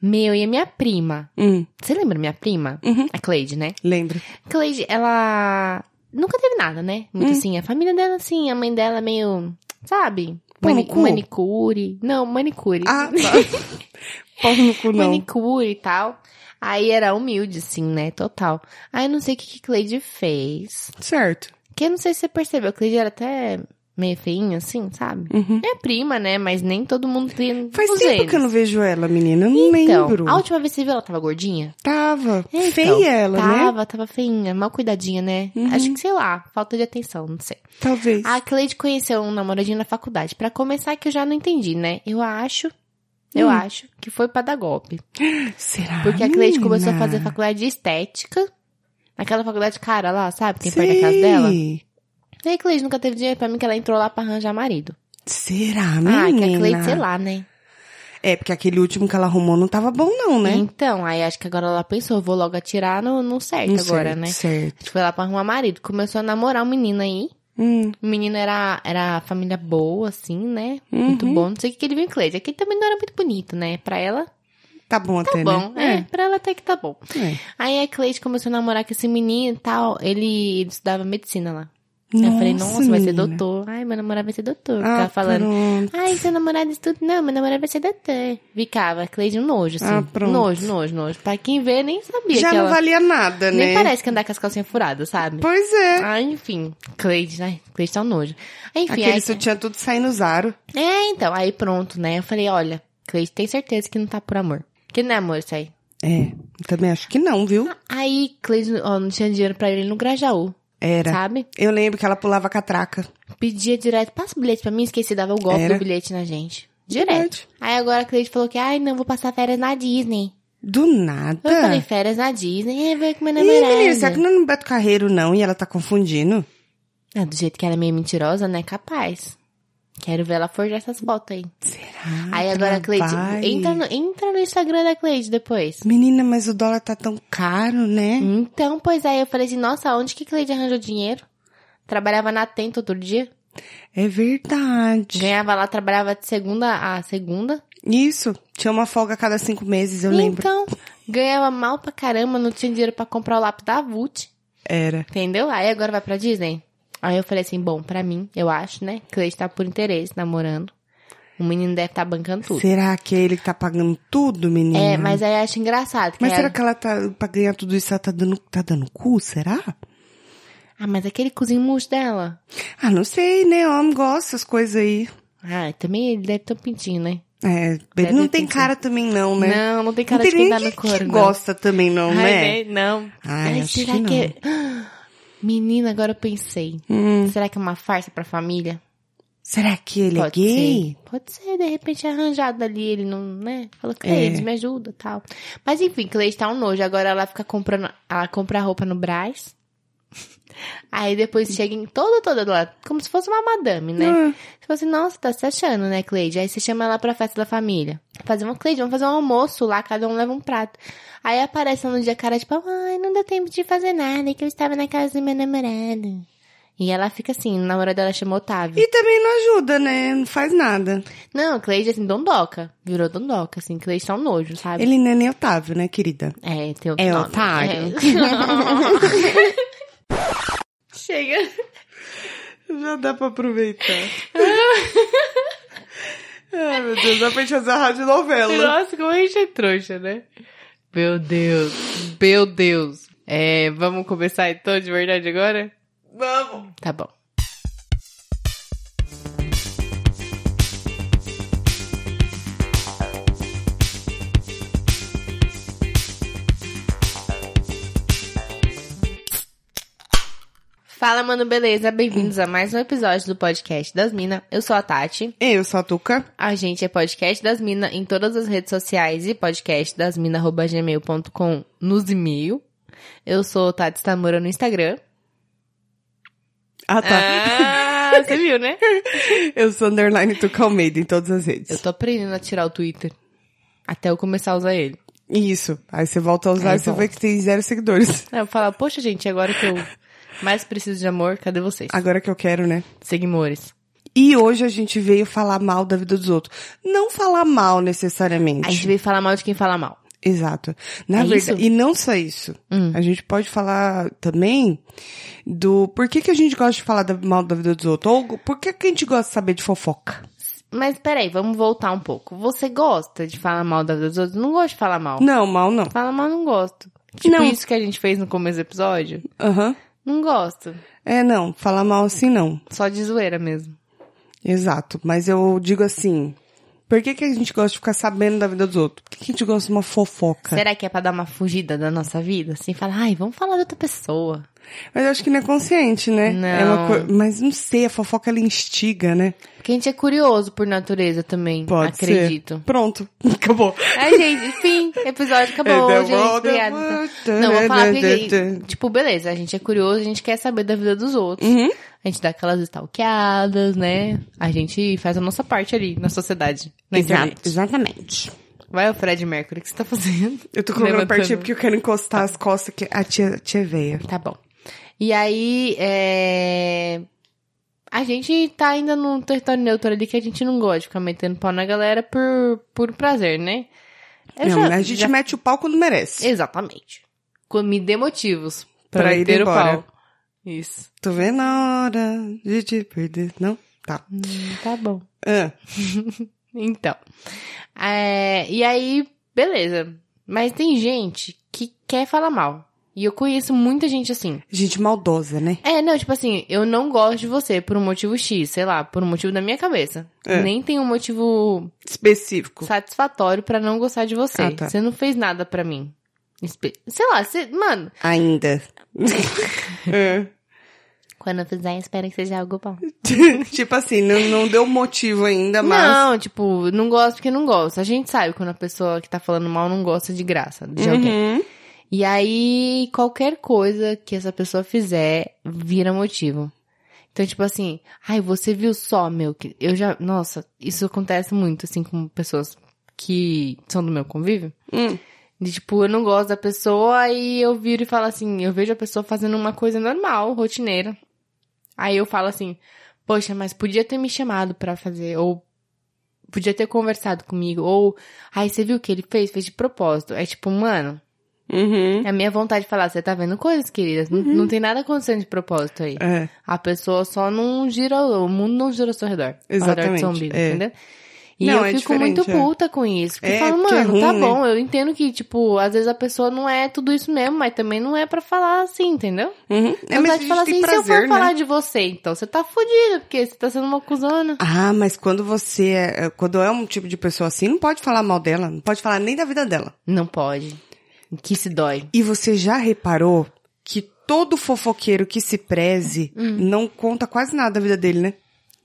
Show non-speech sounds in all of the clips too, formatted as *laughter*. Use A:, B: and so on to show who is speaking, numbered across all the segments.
A: Meu, e a minha prima?
B: Hum,
A: Você lembra minha prima?
B: Uhum.
A: A Cleide, né?
B: lembro.
A: Cleide, ela nunca teve nada, né? Muito
B: Uhum.
A: assim. A família dela, assim, a mãe dela é meio, sabe?
B: Pau no
A: Mani-
B: cu?
A: manicure. Não, manicure. *laughs*
B: Ah, tá. *laughs* Pau no cu, não.
A: manicure e tal. Aí era humilde, assim, né? Total. Aí eu não sei o que, que Cleide fez.
B: Certo.
A: Que eu não sei se você percebeu. Cleide era até meio feinha, assim, sabe?
B: Uhum.
A: É prima, né? Mas nem todo mundo tem.
B: Faz
A: os
B: tempo
A: genes.
B: que eu não vejo ela, menina. Eu não
A: Então,
B: lembro.
A: a última vez que você viu, ela tava gordinha?
B: Tava.
A: Então,
B: Feia ela, né?
A: Tava, tava feinha, mal cuidadinha, né?
B: Uhum.
A: Acho que, sei lá, falta de atenção, não sei.
B: Talvez.
A: A Cleide conheceu um namoradinho na faculdade. Pra começar, que eu já não entendi, né? Eu acho, eu
B: Hum.
A: acho que foi pra dar golpe.
B: Será?
A: Porque a Cleide
B: menina?
A: começou a fazer faculdade de estética. Naquela faculdade cara lá, sabe? Tem perto
B: Sei.
A: da casa dela. E a Cleide nunca teve dinheiro pra mim, que ela entrou lá pra arranjar marido.
B: Será,
A: Ah, que
B: menina?
A: a Cleide, sei lá, né?
B: É, porque aquele último que ela arrumou não tava bom, não, né?
A: Então, aí acho que agora ela pensou, vou logo atirar no, no certo
B: Não
A: agora,
B: certo,
A: né?
B: Certo.
A: Acho que foi lá pra arrumar marido. Começou a namorar um menino aí.
B: Hum,
A: O menino era, era família boa, assim, né? Muito
B: Uhum.
A: bom. Não sei o que que ele viu em Cleide. Aquele também não era muito bonito, né? Pra ela,
B: Tá bom
A: tá
B: até,
A: bom. É.
B: né?
A: pra ela até que tá bom.
B: É.
A: Aí a Cleide começou a namorar com esse menino e tal. Ele, ele estudava medicina lá. eu falei, nossa, vai ser
B: menina.
A: doutor. Ai, meu namorado vai ser doutor. Ficava
B: Ah,
A: falando.
B: pronto.
A: Ai, seu namorado estuda. Não, meu namorado vai ser doutor. Ficava, a Cleide, um nojo, assim.
B: Ah, pronto.
A: Nojo, nojo, nojo. Pra quem vê, nem sabia
B: Já
A: que
B: não
A: ela...
B: valia nada, né?
A: Nem parece que andar com as calcinhas furadas, sabe?
B: Pois é.
A: Ah, enfim, Cleide, ai, Cleide tá um nojo. Enfim, é
B: Aquele
A: aí,
B: sutiã tudo saindo zaro.
A: é, então, aí pronto, né? Eu falei, olha, Cleide tem certeza que não tá por amor. Que não é amor isso aí.
B: É, também acho que não, viu?
A: Aí, Cleide, ó, não tinha dinheiro pra ele no Grajaú,
B: Era.
A: sabe?
B: Eu lembro que ela pulava catraca.
A: Pedia direto, passa o bilhete pra mim, esqueci, dava o golpe
B: Era.
A: do bilhete na gente. Direto.
B: Verdade.
A: Aí agora a Cleide falou que, ai, não, vou passar férias na Disney.
B: Do nada.
A: Eu falei, férias na Disney, é, vai com meu
B: Tá. Ih, menina, será que
A: namorado.
B: não é no Beto Carreiro, não? E ela tá confundindo?
A: Ah, do jeito que ela é meio mentirosa, né? Capaz. Quero ver ela forjar essas botas aí.
B: Será?
A: Aí agora, a Cleide,
B: Vai.
A: entra no, entra no Instagram da Cleide depois.
B: Menina, mas o dólar tá tão caro, né?
A: Então, pois aí eu falei assim, nossa, onde que Cleide arranjou dinheiro? Trabalhava na Tenta outro dia.
B: É verdade.
A: Ganhava lá, trabalhava de segunda a segunda.
B: Isso. Tinha uma folga a cada cinco meses, eu lembro.
A: Então, ganhava mal pra caramba, não tinha dinheiro pra comprar o lápis da Vult,
B: Era.
A: entendeu? Aí agora vai pra Disney. Aí eu falei assim, bom, pra mim, eu acho, né? Cleide tá por interesse, namorando. O menino deve tá bancando tudo.
B: Será que é ele que tá pagando tudo, menina?
A: É, mas é. aí eu acho engraçado. que
B: Mas
A: ela-
B: será que ela tá, pra ganhar tudo isso, ela tá dando, tá dando cu, será?
A: Ah, mas aquele cozinho murcho dela.
B: Ah, não sei, né? Homem gosta dessas coisas aí.
A: Ah, também ele deve ter um pintinho, né?
B: É, ele
A: Deve
B: não
A: ter
B: tem
A: que-
B: cara também não, né?
A: Não, não tem
B: Não
A: cara
B: tem
A: de quem
B: ninguém
A: dá no
B: que,
A: couro,
B: que
A: não.
B: gosta também não,
A: Ai, né?
B: né?
A: Não.
B: Ai, acho que não.
A: é- *gasps* Menina, agora eu pensei.
B: Hum,
A: Será que é uma farsa pra família?
B: será que ele é
A: Pode
B: gay?
A: ser. Pode ser, de repente é arranjado ali, ele não, né? Fala, Cleide,
B: É.
A: me ajuda tal. Mas enfim, Cleide tá um nojo. Agora ela fica comprando, ela compra roupa no Brás. *laughs* Aí depois chega em toda, toda lá, como se fosse uma madame, né?
B: Ah,
A: Tipo assim, nossa, tá se achando, né, Cleide? Aí você chama ela pra festa da família. Fazer uma Cleide, vamos fazer um almoço lá, cada um leva um prato. Aí aparece ela no dia cara, tipo, ai, não deu tempo de fazer nada, que eu estava na casa do meu namorado. E ela fica assim, o namorado dela chama Otávio.
B: E também não ajuda, né? Não faz nada.
A: Não, Cleide, assim, dondoca. Virou dondoca, assim, Cleide tá um nojo, sabe?
B: Ele não é nem Otávio, né, querida?
A: É, tem outro
B: É
A: nome.
B: otário.
A: É.
B: *laughs*
A: *laughs* Chega.
B: Já dá pra aproveitar.
A: *laughs*
B: Ai, meu Deus, dá pra gente fazer a rádio novela.
A: Nossa, como a gente é trouxa, né? Meu Deus, meu Deus. É, vamos começar então de verdade agora?
B: Vamos!
A: Tá bom. Fala, mano, beleza? Bem-vindos a mais um episódio do podcast das Minas. Eu sou a Tati.
B: Eu sou a Tuca.
A: A gente é podcast das Minas em todas as redes sociais e podcast das gmail.com nos e-mail. Eu sou Tati Tamura no Instagram.
B: Ah, tá.
A: Ah, *laughs* você viu, né?
B: Eu sou underline Tuca Almeida em todas as
A: Eu
B: redes.
A: tô aprendendo a tirar o Twitter. Até eu começar a usar ele.
B: Isso. Aí você volta a usar
A: Aí
B: e você
A: É, volta.
B: vê que tem zero seguidores. *laughs*
A: Aí Eu falo, poxa, gente, agora que eu mais preciso de amor, cadê vocês?
B: Agora que eu quero, né?
A: Seguimores.
B: E hoje a gente veio falar mal da vida dos outros. Não falar mal necessariamente.
A: A gente veio falar mal de quem fala mal.
B: Exato. Na
A: É
B: verdade,
A: isso?
B: e não só isso.
A: Hum.
B: A gente pode falar também do por que, que a gente gosta de falar da- mal da vida dos outros. Ou por que, que a gente gosta de saber de fofoca.
A: Mas peraí, vamos voltar um pouco. Você gosta de falar mal da vida dos outros? Não gosto de falar mal.
B: Não, mal não.
A: Fala mal, não gosto. Tipo
B: Não.
A: isso que a gente fez no começo do episódio.
B: Aham.
A: Não gosto.
B: É, não. Falar mal assim não.
A: Só de zoeira mesmo.
B: Exato. Mas eu digo assim. Por que, que a gente gosta de ficar sabendo da vida dos outros? Por que, que a gente gosta de uma fofoca?
A: Será que é pra dar uma fugida da nossa vida? Assim, falar, ai, vamos falar de outra pessoa.
B: Mas eu acho que não é consciente, né?
A: Não.
B: É uma coi- Mas não sei, a fofoca ela instiga, né?
A: Porque a gente é curioso por natureza também.
B: Pode
A: acredito.
B: ser. Pronto. *laughs* Acabou.
A: Ai, gente, fim. Episódio acabou.
B: É,
A: hoje,
B: deu
A: gente,
B: volta,
A: obrigada. tá?
B: volta,
A: Não, vou falar
B: né, *laughs*
A: porque,
B: né,
A: tipo, beleza, a gente é curioso, a gente quer saber da vida dos outros.
B: Uhum.
A: A gente dá aquelas stalkeadas, né? A gente faz a nossa parte ali na sociedade, na internet.
B: Exatamente.
A: Vai o Fred Mercury, o que você tá fazendo?
B: Eu tô colocando a
A: Levantando.
B: partir porque eu quero encostar as costas que a tia, tia é veia.
A: Tá bom. E aí, é... A gente tá ainda num território neutro ali que a gente não gosta de ficar metendo pau na galera por, por prazer, né? Eu
B: Não,
A: já-
B: É, a gente
A: já-
B: mete o pau quando merece.
A: Exatamente. Quando me dê motivos
B: Pra
A: pra
B: ir
A: meter o
B: embora.
A: pau. Isso.
B: Tô vendo a hora de te perder. Não? Tá.
A: tá bom.
B: Ah,
A: Então. É, e aí, beleza. Mas tem gente que quer falar mal. E eu conheço muita gente assim.
B: gente maldosa, né?
A: É, não, tipo assim, eu não gosto de você por um motivo X, sei lá, por um motivo da minha cabeça.
B: É.
A: Nem tem um motivo
B: Específico.
A: satisfatório pra não gostar de você.
B: Ah, tá.
A: Você não fez nada pra mim. Espe- Sei lá, você, mano. *laughs*
B: Ainda. É.
A: Quando eu fizer, espero que seja algo bom.
B: *laughs* tipo assim, não, não deu motivo ainda, mas.
A: Não, tipo, não gosto porque não gosto. A gente sabe quando a pessoa que tá falando mal não gosta de graça de alguém.
B: Uhum.
A: E aí, qualquer coisa que essa pessoa fizer, vira motivo. Então, tipo assim, ai, você viu só, meu, que eu já, nossa, isso acontece muito, assim, com pessoas que são do meu convívio.
B: Hum.
A: De, tipo, eu não gosto da pessoa e eu viro e falo assim, eu vejo a pessoa fazendo uma coisa normal, rotineira. Aí eu falo assim, poxa, mas podia ter me chamado pra fazer, ou podia ter conversado comigo, ou, ai, você viu o que ele fez? Fez de propósito. É tipo, mano,
B: Uhum.
A: é a minha vontade de falar, você tá vendo coisas, queridas. Não, não tem nada acontecendo de propósito aí.
B: É.
A: A pessoa só não gira, o mundo não gira ao seu redor. Ao redor do
B: Exatamente,
A: seu umbigo,
B: é.
A: entendeu? E
B: Não,
A: eu
B: é
A: fico muito
B: diferente, é.
A: puta com isso. Porque
B: É,
A: eu falo,
B: porque é
A: mano,
B: ruim,
A: tá
B: né?
A: bom, eu entendo que, tipo, às vezes a pessoa não é tudo isso mesmo, mas também não é pra falar assim, entendeu?
B: Uhum. É, mas a
A: vontade de
B: gente
A: falar
B: tem
A: assim,
B: prazer,
A: se eu for
B: né?
A: falar de você, então, você tá fudida, porque você tá sendo uma cuzona.
B: Ah, mas quando você é, quando é um tipo de pessoa assim, não pode falar mal dela, não pode falar nem da vida dela.
A: Não pode. Que se dói.
B: E você já reparou que todo fofoqueiro que se preze
A: Hum.
B: não conta quase nada da vida dele, né?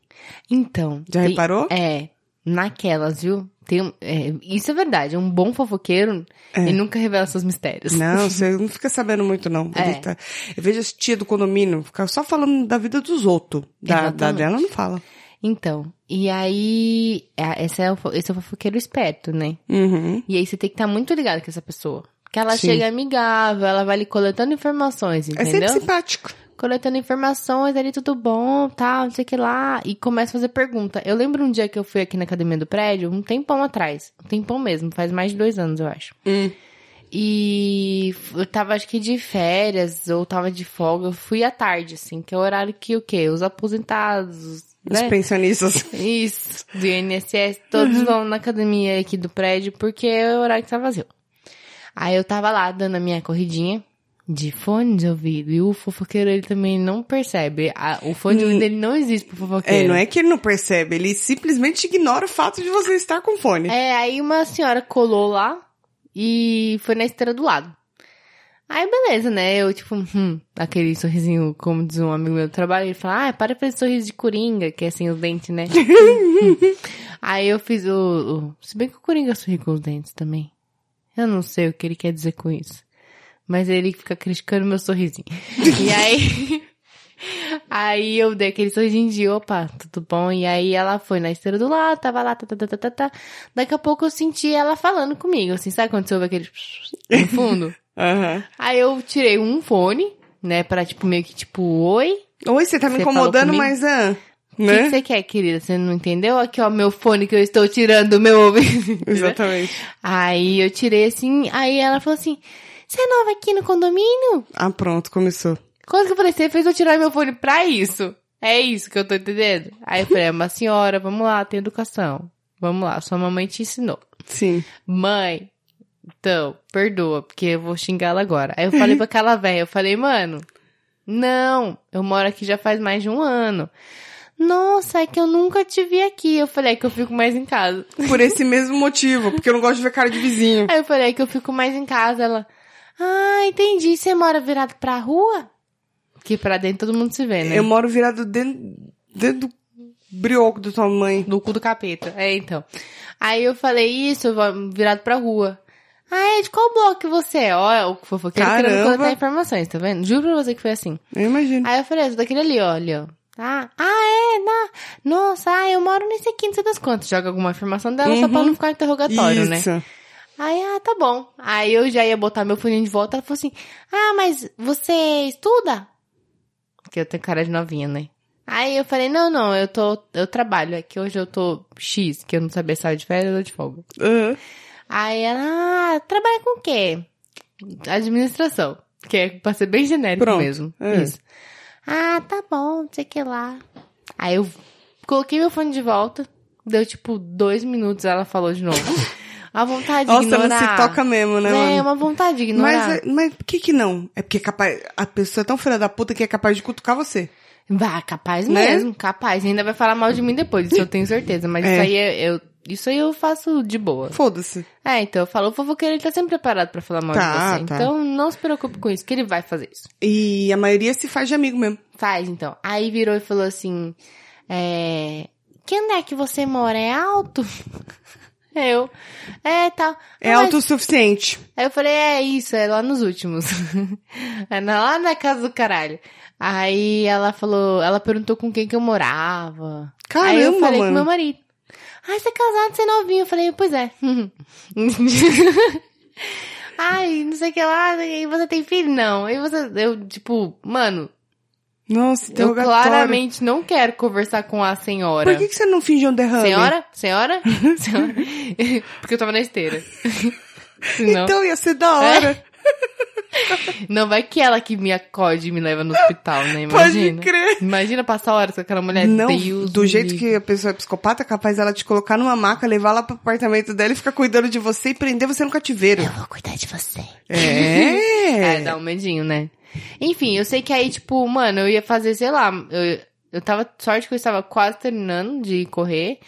A: *laughs* Então.
B: Já
A: e-
B: reparou?
A: É, naquelas, viu? Tem, um- é, isso é verdade, um bom fofoqueiro,
B: É.
A: ele nunca revela seus mistérios.
B: Não, você não fica sabendo muito, não.
A: É.
B: Ele tá- Eu vejo as tia do condomínio, ficar só falando da vida dos outros. Da, da
A: Exatamente.
B: dela não fala.
A: Então, e aí, é, esse é, o, fo- esse é o fofoqueiro esperto, né?
B: Uhum.
A: E aí você tem que estar muito ligado com essa pessoa. Porque ela
B: Sim.
A: chega amigável, ela vai ali coletando informações,
B: É sempre
A: entendeu?
B: simpático.
A: Coletando informações, ali tudo bom, tal, não sei o que lá. E começa a fazer pergunta. Eu lembro um dia que eu fui aqui na academia do prédio, um tempão atrás. Um tempão mesmo, faz mais de dois anos, eu acho.
B: Hum.
A: E eu tava, acho que de férias, ou tava de folga, eu fui à tarde, assim, que é o horário que o quê? Os aposentados,
B: Os
A: né?
B: pensionistas.
A: Isso, do INSS, todos
B: Uhum.
A: vão na academia aqui do prédio, porque é o horário que tá vazio. Aí eu tava lá dando a minha corridinha de fone de ouvido, e o fofoqueiro ele também não percebe. A- o fone de
B: Hum.
A: ouvido ele não existe pro fofoqueiro.
B: É, não é que ele não percebe, ele simplesmente ignora o fato de você estar com fone.
A: É, aí uma senhora colou lá e foi na esteira do lado. Aí beleza, né? Eu, tipo, hum, aquele sorrisinho, como diz um amigo meu do trabalho, ele fala, ah, para fazer sorriso de coringa, que é sem os dentes, né? Hum, hum. aí eu fiz o, o. Se bem que o coringa sorri com os dentes também. Eu não sei o que ele quer dizer com isso. Mas ele fica criticando meu sorrisinho. E aí. Aí eu dei aquele sorrisinho de opa, tudo bom? E aí ela foi na esteira do lado, tava lá, tá, tá, tá, tá, tá, tá. Daqui a pouco eu senti ela falando comigo, assim, sabe quando você ouve aquele no fundo?
B: Aham.
A: aí eu tirei um fone, né, pra tipo, meio que tipo, oi.
B: Oi, você tá me
A: Você falou
B: incomodando,
A: comigo?
B: mas ah,
A: O que que
B: Né?
A: você quer, querida? Você não entendeu? Aqui, ó, meu fone que eu estou tirando do meu ouvido. entendeu?
B: Exatamente.
A: Aí eu tirei assim, aí ela falou assim: Você é nova aqui no condomínio?
B: Ah, pronto, começou.
A: Quando que eu falei, você fez eu tirar meu fone pra isso? É isso que eu tô entendendo? Aí eu falei, é uma senhora, vamos lá, tem educação. Vamos lá, sua mamãe te ensinou.
B: Sim.
A: Mãe, então, perdoa, porque eu vou xingá-la agora. Aí eu falei pra aquela velha, eu falei, mano, não, eu moro aqui já faz mais de um ano. Nossa, é que eu nunca te vi aqui. Eu falei, é que eu fico mais em casa.
B: Por esse mesmo motivo, porque eu não gosto de ver cara de vizinho.
A: Aí eu falei, é que eu fico mais em casa. Ela, ah, entendi, você mora virado pra rua? Que pra dentro todo mundo se vê, né?
B: É. Eu moro virado dentro, dentro do brioco da tua mãe.
A: No cu do capeta. É, então. Aí eu falei isso, va- virado pra rua. Ah, é de qual bloco que você é? Ó, o fofoqueiro querendo
B: Caramba.
A: coletar informações, tá vendo? Juro pra você que foi assim.
B: Eu imagino.
A: Aí eu falei, eu sou daquele ali, ó, ali, ó. Ah, ah, é, na... Nossa, ah, eu moro nesse aqui, não sei das quantas. Joga alguma afirmação dela só pra
B: Uhum.
A: não ficar interrogatório, né?
B: Isso.
A: Aí, ah, tá bom. Aí eu já ia botar meu funinho de volta, ela falou assim, ah, mas você estuda? Porque eu tenho cara de novinha, né? Aí eu falei, não, não, eu tô, eu trabalho, é que hoje eu tô X, que eu não sabia se eu tava de férias ou de folga.
B: Aham.
A: Aí ela, ah, trabalha com o quê? Administração, que é pra ser bem genérico
B: Pronto,
A: mesmo.
B: é.
A: Isso. Ah, tá bom, não sei o que lá. Aí eu coloquei meu fone de volta, deu tipo dois minutos, ela falou
B: *laughs*
A: de novo. A vontade
B: Nossa,
A: de ignorar.
B: você toca mesmo, né,
A: É,
B: mano?
A: uma vontade de ignorar.
B: Mas, é- mas por que que não? É porque é capaz, a pessoa é tão filha da puta que é capaz de cutucar você.
A: Vá, capaz
B: Né?
A: mesmo, capaz. Ainda vai falar mal de mim depois, isso eu tenho certeza. Mas
B: É.
A: isso aí é- eu. Isso aí eu faço de boa.
B: Foda-se.
A: É, então, falou o fofoqueiro, ele tá sempre preparado pra falar mal
B: Tá,
A: de você.
B: tá.
A: Então, não se preocupe com isso, que ele vai fazer isso.
B: E a maioria se faz de amigo mesmo.
A: Faz, então. Aí virou e falou assim: é, Que andar que você mora? É alto? *laughs* eu. É, tal.
B: É
A: Ah, mas-
B: autossuficiente.
A: Aí eu falei, é isso, é lá nos últimos. *laughs* É na- lá na casa do caralho. Aí ela falou, ela perguntou com quem que eu morava.
B: Caramba,
A: Aí eu falei com
B: mano.
A: meu marido. Ah, você é casado, você é novinho. Eu falei, pois é. *laughs* Ai, não sei o que lá, e você tem filho? Não. E você, eu, tipo, mano,
B: Nossa,
A: eu
B: interrogatório.
A: claramente não quero conversar com a senhora.
B: Por que, que você não fingiu um derrame?
A: Senhora?
B: *laughs*
A: Senhora? Senhora? *laughs* Porque eu tava na esteira. Senão-
B: Então ia
A: É,
B: ser da hora.
A: Não vai que ela que me acode e me leva no hospital, né?
B: Pode
A: Imagina.
B: crer.
A: Imagina passar horas com aquela mulher.
B: Não,
A: Deus
B: do
A: me
B: jeito
A: livre.
B: que a pessoa é psicopata, é capaz ela te colocar numa maca, levar lá pro apartamento dela e ficar cuidando de você e prender você no cativeiro.
A: Eu vou cuidar de você. *laughs* É,
B: É.
A: dá um medinho, né? Enfim, eu sei que aí, tipo, mano, eu ia fazer, sei lá, eu, eu tava. Sorte que eu estava quase terminando de correr.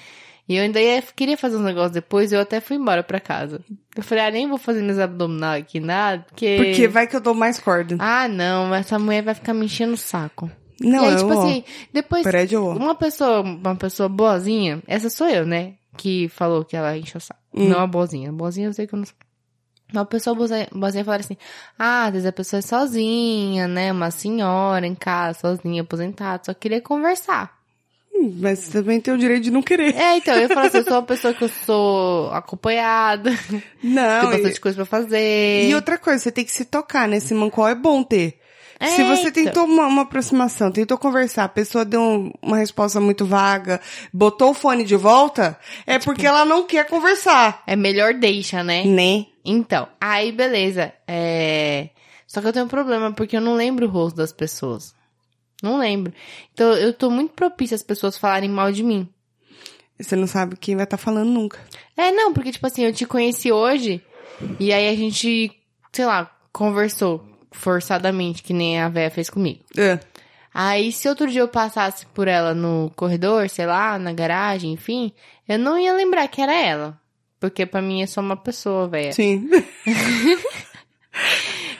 A: E eu ainda ia- queria fazer uns negócios depois, eu até fui embora pra casa. Eu falei, ah, nem vou fazer meus abdominal aqui, nada, porque.
B: Porque vai que eu dou mais corda.
A: Ah, não, essa mulher vai ficar me enchendo o saco.
B: Não,
A: e aí,
B: eu,
A: tipo
B: ó,
A: assim, depois
B: prédio, eu, ó.
A: Uma pessoa, uma pessoa boazinha, essa sou eu, né? Que falou que ela encheu o saco.
B: Hum.
A: Não a boazinha. Boazinha eu sei que eu não sou. Uma pessoa boazinha, boazinha falaram assim, ah, às vezes a pessoa é sozinha, né? Uma senhora em casa, sozinha, aposentada, só queria conversar.
B: Hum, Mas você também tem o direito de não querer.
A: É, então, eu falo assim, eu sou uma pessoa que eu sou acompanhada, tenho
B: Não, e,
A: bastante coisa pra fazer.
B: e outra coisa, você tem que se tocar, né? Esse mancó é bom ter.
A: É,
B: Se você
A: então.
B: tentou uma, uma aproximação, tentou conversar, a pessoa deu um- uma resposta muito vaga, botou o fone de volta, é porque ela não quer conversar.
A: Tipo É melhor deixa, né?
B: Né?
A: Então, aí beleza. É... Só que eu tenho um problema, porque eu não lembro o rosto das pessoas. Não lembro. Então, eu tô muito propícia às pessoas falarem mal de mim.
B: Você não sabe quem vai estar falando nunca.
A: É, não, porque, tipo assim, eu te conheci hoje, e aí a gente, sei lá, conversou forçadamente, que nem a véia fez comigo.
B: É.
A: Aí, se outro dia eu passasse por ela no corredor, sei lá, na garagem, enfim, eu não ia lembrar que era ela. Porque pra mim é só uma pessoa, véia. *laughs*
B: Sim.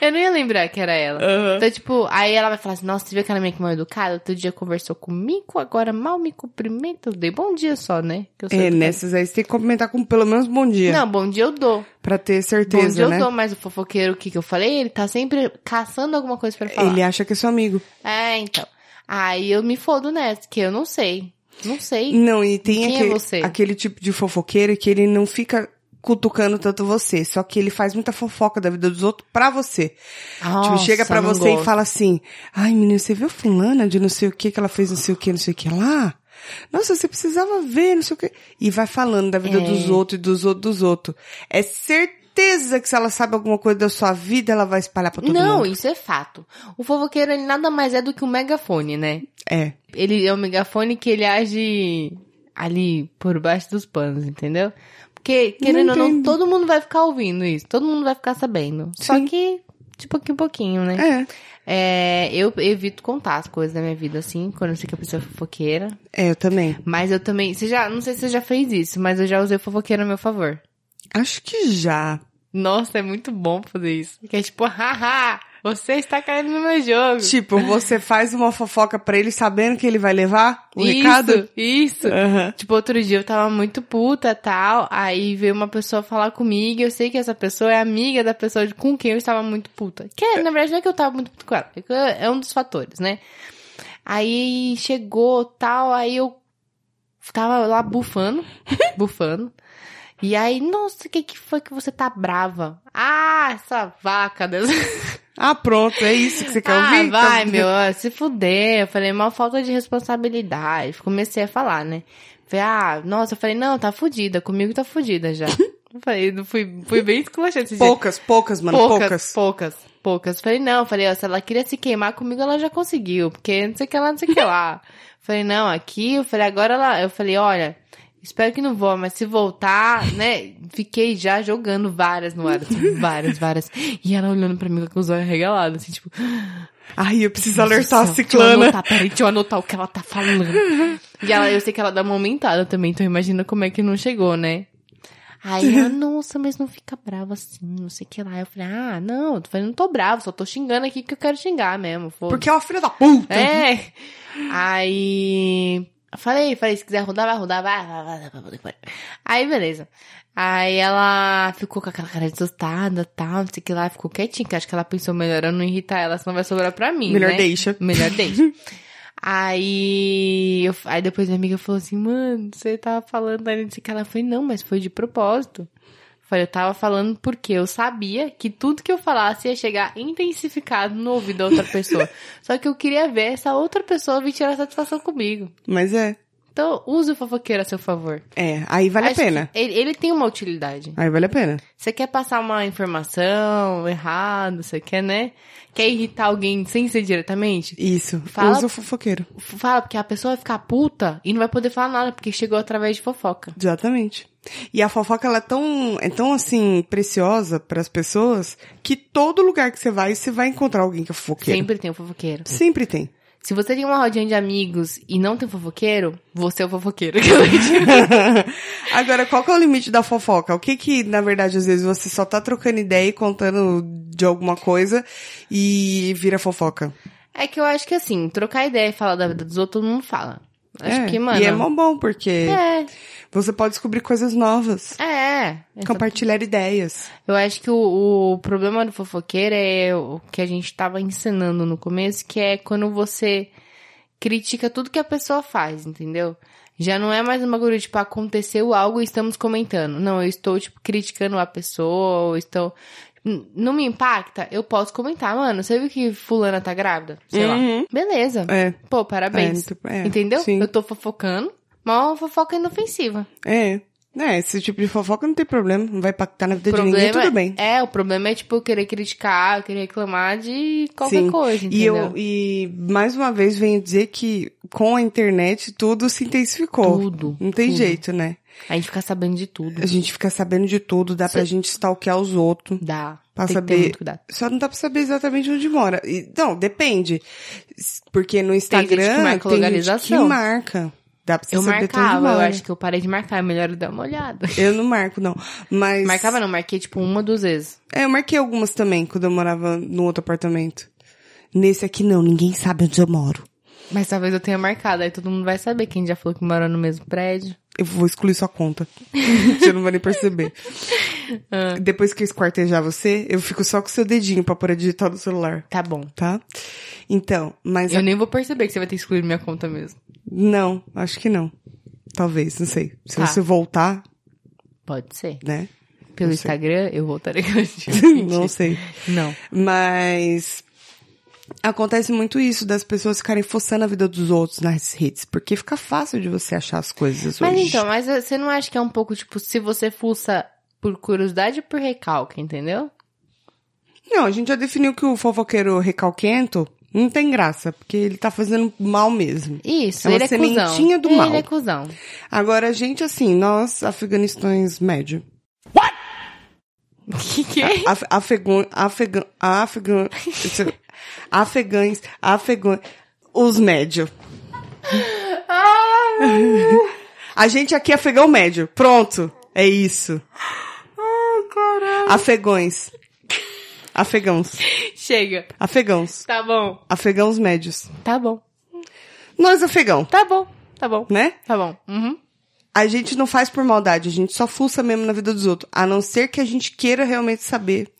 A: Eu não ia lembrar que era ela.
B: Aham.
A: Então, tipo, aí ela vai falar assim, nossa, você viu aquela minha que mal educada? Outro dia conversou comigo, agora mal me cumprimenta. Eu dei bom dia só, né? Que eu sou
B: É,
A: educada.
B: nessas aí você tem que cumprimentar com pelo menos bom dia.
A: Não, bom dia eu dou.
B: Pra ter
A: bom dia
B: certeza,
A: eu
B: né?
A: dou, mas o fofoqueiro, o que que eu falei? Ele tá sempre caçando alguma coisa pra falar.
B: Ele acha que é seu amigo.
A: É, então. Aí eu me fodo nessa, que eu não sei. Não sei.
B: Não, e tem
A: Quem é
B: aquele,
A: você?
B: aquele tipo de fofoqueiro que ele não fica cutucando tanto você, só que ele faz muita fofoca da vida dos outros pra você. tipo, chega
A: Nossa,
B: pra
A: não
B: você e
A: gosto.
B: fala assim: "Ai, menina, você viu fulana de não sei o que que ela fez, não sei o que, não sei o que lá?" Nossa, você precisava ver, não sei o quê. E vai falando da vida
A: É.
B: dos outros e dos outros dos outros. É certeza que se ela sabe alguma coisa da sua vida, ela vai espalhar pra todo
A: Não,
B: mundo.
A: isso é fato. O fofoqueiro, ele nada mais é do que um megafone, né?
B: É.
A: Ele é um megafone que ele age ali por baixo dos panos, entendeu? Porque, querendo ou não,
B: entendo.
A: todo mundo vai ficar ouvindo isso, todo mundo vai ficar sabendo. Só
B: Sim.
A: que de pouquinho em pouquinho, né?
B: É.
A: É, eu evito contar as coisas da minha vida, assim, quando eu sei que a pessoa é fofoqueira.
B: É, eu também.
A: Mas eu também. Você já. Não sei se você já fez isso, mas eu já usei o fofoqueiro a meu favor.
B: Acho que já.
A: Nossa, é muito bom fazer isso. Que é tipo, *laughs* haha, você está caindo no meu jogo.
B: Tipo, você faz uma fofoca pra ele sabendo que ele vai levar o
A: isso,
B: recado?
A: Isso.
B: Aham.
A: Tipo, outro dia eu tava muito puta tal. Aí veio uma pessoa falar comigo. e Eu sei que essa pessoa é amiga da pessoa de- com quem eu estava muito puta. Que na verdade não é que eu tava muito puta com ela. é que É um dos fatores, né? Aí chegou tal. Aí eu tava lá bufando. bufando. E aí, nossa, o que, que foi que você tá brava? Ah, essa vaca. Deus.
B: Ah, pronto, é isso que você quer
A: ah,
B: ouvir?
A: vai,
B: Então-
A: meu, ah, se fuder. Eu falei, uma falta de responsabilidade. Comecei a falar, né? Falei, ah, nossa, eu falei, não, tá fudida, comigo tá fudida
B: *laughs*
A: já. Eu falei, não fui, fui bem esculachante esse dia.
B: Poucas, poucas, mano, poucas.
A: poucas, poucas. Falei, não, falei, ó, se ela queria se queimar comigo, ela já conseguiu, porque não sei o que lá, não sei o que
B: *laughs*
A: lá. falei, não, aqui, eu falei, agora ela, eu falei, olha, espero que não vou, mas se voltar, né, fiquei já jogando várias no ar, assim, várias, várias. E ela olhando pra mim com os olhos regalados, assim, tipo,
B: Ai, eu preciso
A: Nossa
B: alertar a
A: senhora, Deixa eu
B: ciclana.
A: anotar, peraí, deixa eu anotar o que ela tá falando.
B: *laughs*
A: E ela, eu sei que ela dá uma aumentada também, então imagina como é que não chegou, né? Aí
B: *laughs*
A: ela, nossa, mas não fica brava assim, não sei o que lá. Eu falei, ah, não, tô falando, não tô brava, só tô xingando aqui que eu quero xingar mesmo. foda-se.
B: Porque tá é uma filha da puta.
A: É. Aí. eu Falei, falei, se quiser rodar, vai rodar, vai. vai, vai, vai, vai, vai, vai. Aí, beleza. Aí ela ficou com aquela cara desastada, tal, não sei o que lá, ficou quietinha, que acho que ela pensou melhor eu não irritar ela, senão vai sobrar pra mim.
B: Melhor
A: né?
B: deixa.
A: Melhor deixa. aí, eu, aí depois minha amiga falou assim, mano, você tava falando aí disse que ela foi, não, mas foi de propósito. Eu Falei, eu tava falando porque eu sabia que tudo que eu falasse ia chegar intensificado no ouvido da outra pessoa. Só que eu queria ver essa outra pessoa vir tirar satisfação comigo.
B: Mas é.
A: Então, use o fofoqueiro a seu favor.
B: É, aí vale
A: Acho
B: a pena.
A: que Ele, ele tem uma utilidade.
B: Aí vale a pena.
A: Você quer passar uma informação errada, você quer, né? Quer irritar alguém sem ser diretamente?
B: Isso.
A: Fala-
B: Usa o fofoqueiro.
A: Fala, porque a pessoa vai ficar puta e não vai poder falar nada, porque chegou através de fofoca.
B: Exatamente. E a fofoca, ela é tão, é tão assim, preciosa para as pessoas, que todo lugar que você vai, você vai encontrar alguém que é fofoqueiro.
A: Sempre tem um fofoqueiro.
B: Sempre tem.
A: *laughs* Se você tem uma rodinha de amigos e não tem fofoqueiro, você é o fofoqueiro. *laughs*
B: Agora, qual que é o limite da fofoca? O que que, na verdade, às vezes você só tá trocando ideia e contando de alguma coisa e vira fofoca?
A: é que eu acho que assim, trocar ideia e falar da vida dos outros, todo mundo fala. Acho
B: é.
A: que, mano.
B: E é mó bom, porque
A: é,
B: você pode descobrir coisas novas,
A: é.
B: compartilhar ideias.
A: Eu acho que o, o problema do fofoqueiro é o que a gente tava ensinando no começo, que é quando você critica tudo que a pessoa faz, entendeu? Já não é mais uma bagulho, tipo, aconteceu algo e estamos comentando. Não, eu estou, tipo, criticando a pessoa, ou estou... N- Não me impacta, eu posso comentar, mano, você viu que fulana tá grávida? Sei lá.
B: Uhum.
A: Beleza.
B: É,
A: Pô,
B: é,
A: parabéns.
B: tipo, é,
A: Entendeu?
B: Sim.
A: Eu tô fofocando, mas é uma fofoca inofensiva.
B: É. É, esse tipo de fofoca não tem problema, não vai impactar na vida
A: problema
B: de ninguém, tudo bem.
A: É, o problema é, tipo, eu querer criticar, eu querer reclamar de qualquer
B: Sim.
A: coisa,
B: E
A: entendeu?
B: eu, e mais uma vez venho dizer que com a internet tudo se intensificou.
A: Tudo.
B: Não tem
A: tudo.
B: jeito, né?
A: A gente fica sabendo de tudo.
B: A gente fica sabendo de tudo, dá
A: Cê-
B: pra gente stalkear os outros.
A: Dá. Tem que
B: Pra
A: ter
B: saber-
A: muito cuidado.
B: Só não dá pra saber exatamente onde mora. E, não, depende. S- Porque no
A: gente que
B: Instagram tem gente
A: marca
B: que,
A: localização.
B: marca. Dá pra você
A: Eu
B: saber tudo
A: marcava, eu
B: mora.
A: acho que eu parei de marcar, é melhor dar uma olhada.
B: Eu não marco, não. Mas.
A: Marcava não, marquei tipo uma, duas vezes.
B: É, eu marquei algumas também quando eu morava no outro apartamento. Nesse aqui não, ninguém sabe onde eu moro.
A: Mas talvez eu tenha marcado, aí todo mundo vai saber quem já falou que mora no mesmo prédio.
B: Eu vou excluir sua conta. *laughs* você não vai
A: *laughs*
B: nem perceber.
A: Ah.
B: Depois que eu esquartejar você, eu fico só com o seu dedinho pra pôr a digital do celular,
A: Tá bom.
B: tá? Então, mas.
A: Eu nem vou perceber que você vai ter excluído minha conta mesmo.
B: Não, acho que não. Talvez, não sei. Se
A: Tá.
B: você voltar,
A: Pode ser. *laughs*
B: né?
A: Pelo
B: Não sei. *laughs*
A: Instagram, eu voltarei com a gente.
B: não sei.
A: Não.
B: Mas Acontece muito isso das pessoas ficarem forçando a vida dos outros nas redes, porque fica fácil de você achar as coisas
A: Mas
B: hoje.
A: então, mas você não acha que é um pouco, tipo, se você fuça por curiosidade ou por recalque, entendeu?
B: Não, a gente já definiu que o fofoqueiro recalquento não tem graça, porque ele tá fazendo mal mesmo.
A: Isso,
B: É uma
A: ele é
B: sementinha
A: cuzão.
B: do
A: ele
B: mal.
A: é cuzão. *laughs*
B: Agora, a gente, assim, nós, afeganistões médio.
A: Que que é?
B: Af afegão, afegão, afegão, afegães, afegões, os médio. A gente aqui é afegão médio. Pronto. É isso. Afegões. Afegãos.
A: Chega.
B: Afegãos.
A: Tá bom.
B: Afegãos médios.
A: Tá bom.
B: Nós afegão,
A: Tá bom. Tá bom.
B: né?
A: Tá bom. Uhum.
B: A gente não faz por maldade, a gente só fuça mesmo na vida dos outros. A não ser que a gente queira realmente saber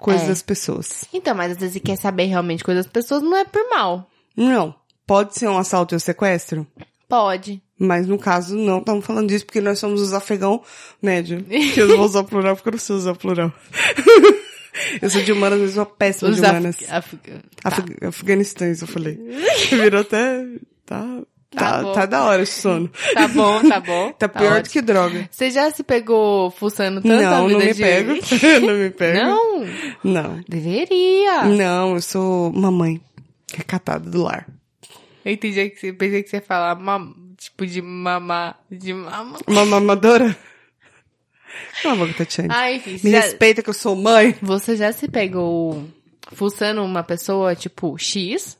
B: coisas
A: É.
B: das pessoas.
A: Então, mas às vezes você quer saber realmente coisas das pessoas, não é por mal.
B: Não. Pode ser um assalto e um sequestro?
A: Pode.
B: Mas no caso, não estamos falando disso porque nós somos os afegão médio. Que eu não vou usar o plural porque eu não sei usar o plural. *laughs* eu sou de humanas, eu sou péssima de
A: af-
B: humanas.
A: af-
B: Af- Afeganistãs, eu falei. Virou até. Tá, tá,
A: Tá
B: tá,
A: bom.
B: da hora esse sono.
A: Tá bom, tá bom.
B: *laughs* Tá pior do
A: ótimo.
B: que droga.
A: Você já se pegou fuçando tanto a
B: Não,
A: vida
B: não me
A: de...
B: pego. *laughs* não me pego.
A: Não, Ah.
B: Não.
A: deveria.
B: Não, eu sou mamãe. Recatada do lar.
A: Eu entendi que você, pensei que você ia falar mam- tipo de mamar, de mama.
B: Uma mamadora? Cala a boca, Tatiane.
A: Ah, enfim,
B: me
A: você já,
B: respeita que eu sou mãe.
A: você já se pegou fuçando uma pessoa, tipo, X?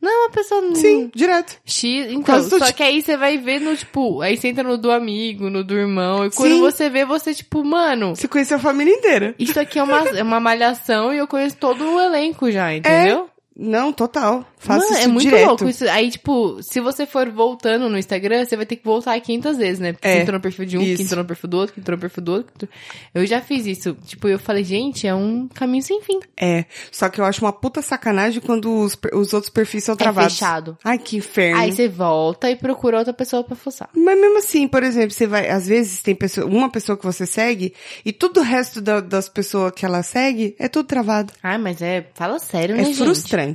A: Não, uma pessoa... hum,
B: Sim, direto.
A: X, então,
B: Quase
A: só
B: todo dia.
A: que aí você vai ver no, tipo, aí você entra no do amigo, no do irmão, e quando
B: Sim.
A: você vê, você, tipo, mano,
B: Você conheceu a família inteira.
A: isso aqui é uma, é uma malhação e eu conheço todo o elenco já,
B: É.
A: entendeu?
B: Não, total. Faço
A: Mano,
B: isso
A: é muito
B: direto.
A: louco isso. Aí, tipo, se você for voltando no Instagram, você vai ter que voltar 500 vezes, né? Porque
B: É,
A: você entrou no perfil de um,
B: isso.
A: que entrou no perfil do outro, que entrou no perfil do outro. que entrou- Eu já fiz isso. Tipo, eu falei, gente, é um caminho sem fim.
B: É, só que eu acho uma puta sacanagem quando os, per- os outros perfis são
A: É
B: travados.
A: fechado.
B: Ai, que inferno.
A: Aí você volta e procura outra pessoa pra fuçar.
B: Mas mesmo assim, por exemplo, você vai, às vezes tem pessoa, uma pessoa que você segue e todo o resto da- das pessoas que ela segue é tudo travado.
A: Ah, mas é. Fala sério, né,
B: É
A: gente?
B: frustrante.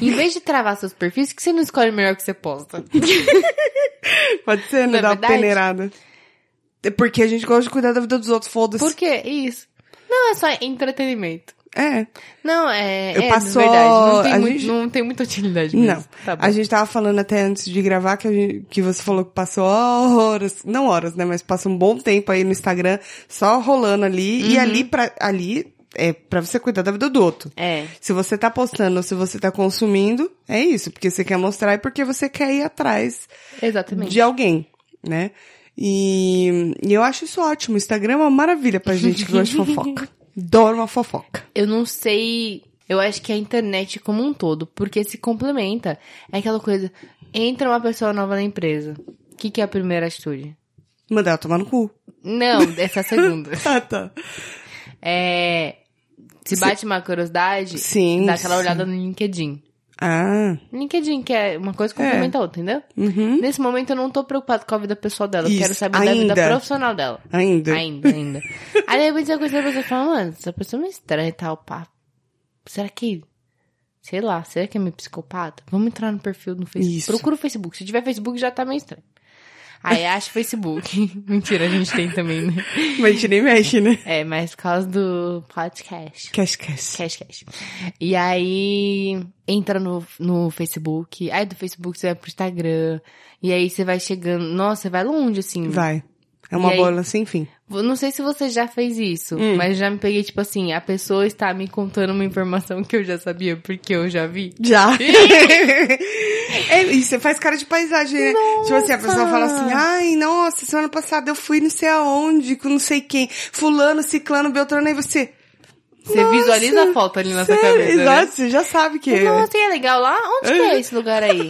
A: Em vez de travar seus perfis, que você não escolhe o melhor que você posta.
B: Pode ser,
A: Não
B: né?
A: é
B: Dá uma
A: verdade?
B: peneirada. É porque a gente gosta de cuidar da vida dos outros, foda-se.
A: Por quê? Isso. Não é só entretenimento.
B: É.
A: Não, é.
B: Eu
A: é,
B: passo-
A: verdade. Não tem,
B: a
A: muito-
B: gente-
A: não tem muita utilidade mesmo.
B: Não.
A: Tá bom.
B: A gente tava falando até antes de gravar que, a gente- que você falou que passou horas, não horas, né? Mas passa um bom tempo aí no Instagram, só rolando ali. E
A: Uhum.
B: ali, pra, ali é pra você cuidar da vida do outro.
A: É.
B: Se você tá postando ou se você tá consumindo, é isso. Porque você quer mostrar e porque você quer ir atrás
A: Exatamente.
B: de alguém, né? E, e eu acho isso ótimo. O Instagram é uma maravilha pra gente que gosta de
A: *laughs*
B: fofoca. Adoro uma fofoca.
A: Eu não sei. Eu acho que a internet como um todo, porque se complementa. É aquela coisa. Entra uma pessoa nova na empresa. O que, que é a primeira atitude?
B: Mandar ela tomar no cu.
A: Não, *laughs* essa é a segunda.
B: Ah, tá.
A: É. Se bate uma curiosidade,
B: Sim.
A: dá aquela
B: sim.
A: olhada no LinkedIn.
B: Ah.
A: LinkedIn, que é uma coisa que complementa a outra, entendeu?
B: Uhum.
A: Nesse momento eu não tô preocupado com a vida pessoal dela. Eu
B: Isso,
A: quero saber da
B: ainda.
A: vida profissional dela.
B: Ainda.
A: Ainda,
B: *laughs*
A: ainda. Aí de repente você conhece a pessoa e fala, mano, essa pessoa é meio estranha e tal, pá. Será que. Sei lá, será que é meio psicopata? Vamos entrar no perfil no Facebook.
B: Isso.
A: Procura o Facebook. Se tiver Facebook, já tá meio estranho. Aí acha o Facebook. *laughs* Mentira, a gente tem também, né?
B: Mas a gente nem mexe, né?
A: É, mas por causa do podcast.
B: Cash, cash.
A: Cash, cash. E aí, entra no, no Facebook. Aí do Facebook você vai pro Instagram. E aí você vai chegando. Nossa, você vai longe, assim.
B: Vai. É uma
A: E aí?
B: bola sem fim.
A: Eu Não sei se você já fez isso,
B: Hum.
A: mas já me peguei, tipo assim, a pessoa está me contando uma informação que eu já sabia, porque eu já vi.
B: Já. *laughs* é, e você faz cara de paisagem, né? Tipo assim, a pessoa fala assim, ai, nossa, semana passada eu fui não sei aonde, com não sei quem, fulano, ciclano, beltrano, aí você...
A: Você visualiza a foto ali na sua
B: "Sério?"
A: cabeça,
B: Exato,
A: né?
B: você já sabe que
A: Nossa, e é legal lá? Onde que é esse lugar aí?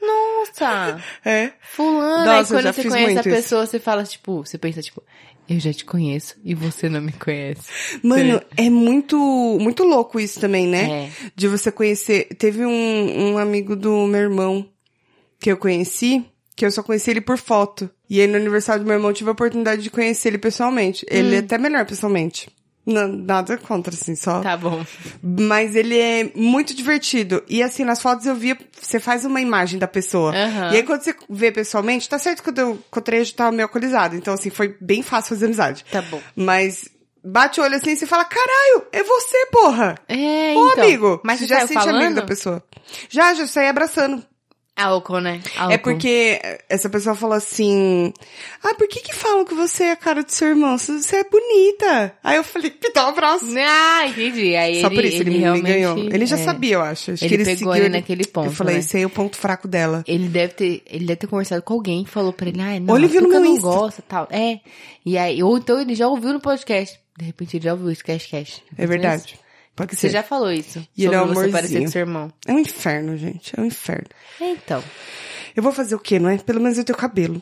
A: Nossa,
B: é. É.
A: fulano.
B: Nossa,
A: aí
B: eu já
A: quando você
B: fiz
A: conhece a
B: muito isso.
A: pessoa, você fala, tipo, você pensa, tipo, eu já te conheço e você não me conhece.
B: Mano, é muito, muito louco isso também, né?
A: É.
B: de você conhecer. Teve um, um amigo do meu irmão que eu conheci, que eu só conheci ele por
A: Hum.
B: foto. E aí no aniversário do meu irmão eu tive a oportunidade de conhecer ele pessoalmente. Ele é até melhor pessoalmente. Não, nada contra, assim, só.
A: Tá bom.
B: Mas ele é muito divertido. E assim, nas fotos eu via, você faz uma imagem da pessoa.
A: Aham.
B: E aí quando você vê pessoalmente, tá certo que o teu cotrejo tava meio alcoolizado. Então assim, foi bem fácil fazer amizade.
A: Tá bom.
B: Mas bate o olho assim e você fala, caralho, é você, porra!
A: É,
B: Ô,
A: então.
B: amigo!
A: Mas
B: você
A: você
B: já
A: saiu
B: sente amigo
A: falando?
B: da pessoa. Já, já saí abraçando.
A: Álcool, né?
B: É
A: Álcool.
B: porque essa pessoa falou assim: Ah, por que que falam que você é a cara do seu irmão? Você é bonita. Aí eu falei: Me dá um abraço.
A: Ah, entendi. Aí
B: Só
A: ele,
B: por isso ele, me- me
A: realmente,
B: ganhou. Ele já
A: é.
B: sabia, eu acho. acho
A: Ele
B: que ele
A: pegou
B: seguiu
A: ele naquele ponto,
B: Eu falei:
A: né?
B: Esse aí é o ponto fraco dela.
A: Ele deve ter, ele deve ter conversado com alguém que falou pra ele, ah, não,
B: Ou ele
A: ele
B: viu no meu
A: não
B: Insta.
A: gosta, tal. É. E aí, ou então ele já ouviu no podcast. De repente ele já ouviu isso, cash, cash.
B: É verdade. Pode
A: Você
B: ser.
A: já falou isso.
B: E ele é um
A: sobre você parecer
B: amorzinho.
A: com seu irmão.
B: É um inferno, gente. É um inferno.
A: Então,
B: Eu vou fazer o quê, não é? Pelo menos eu tenho cabelo.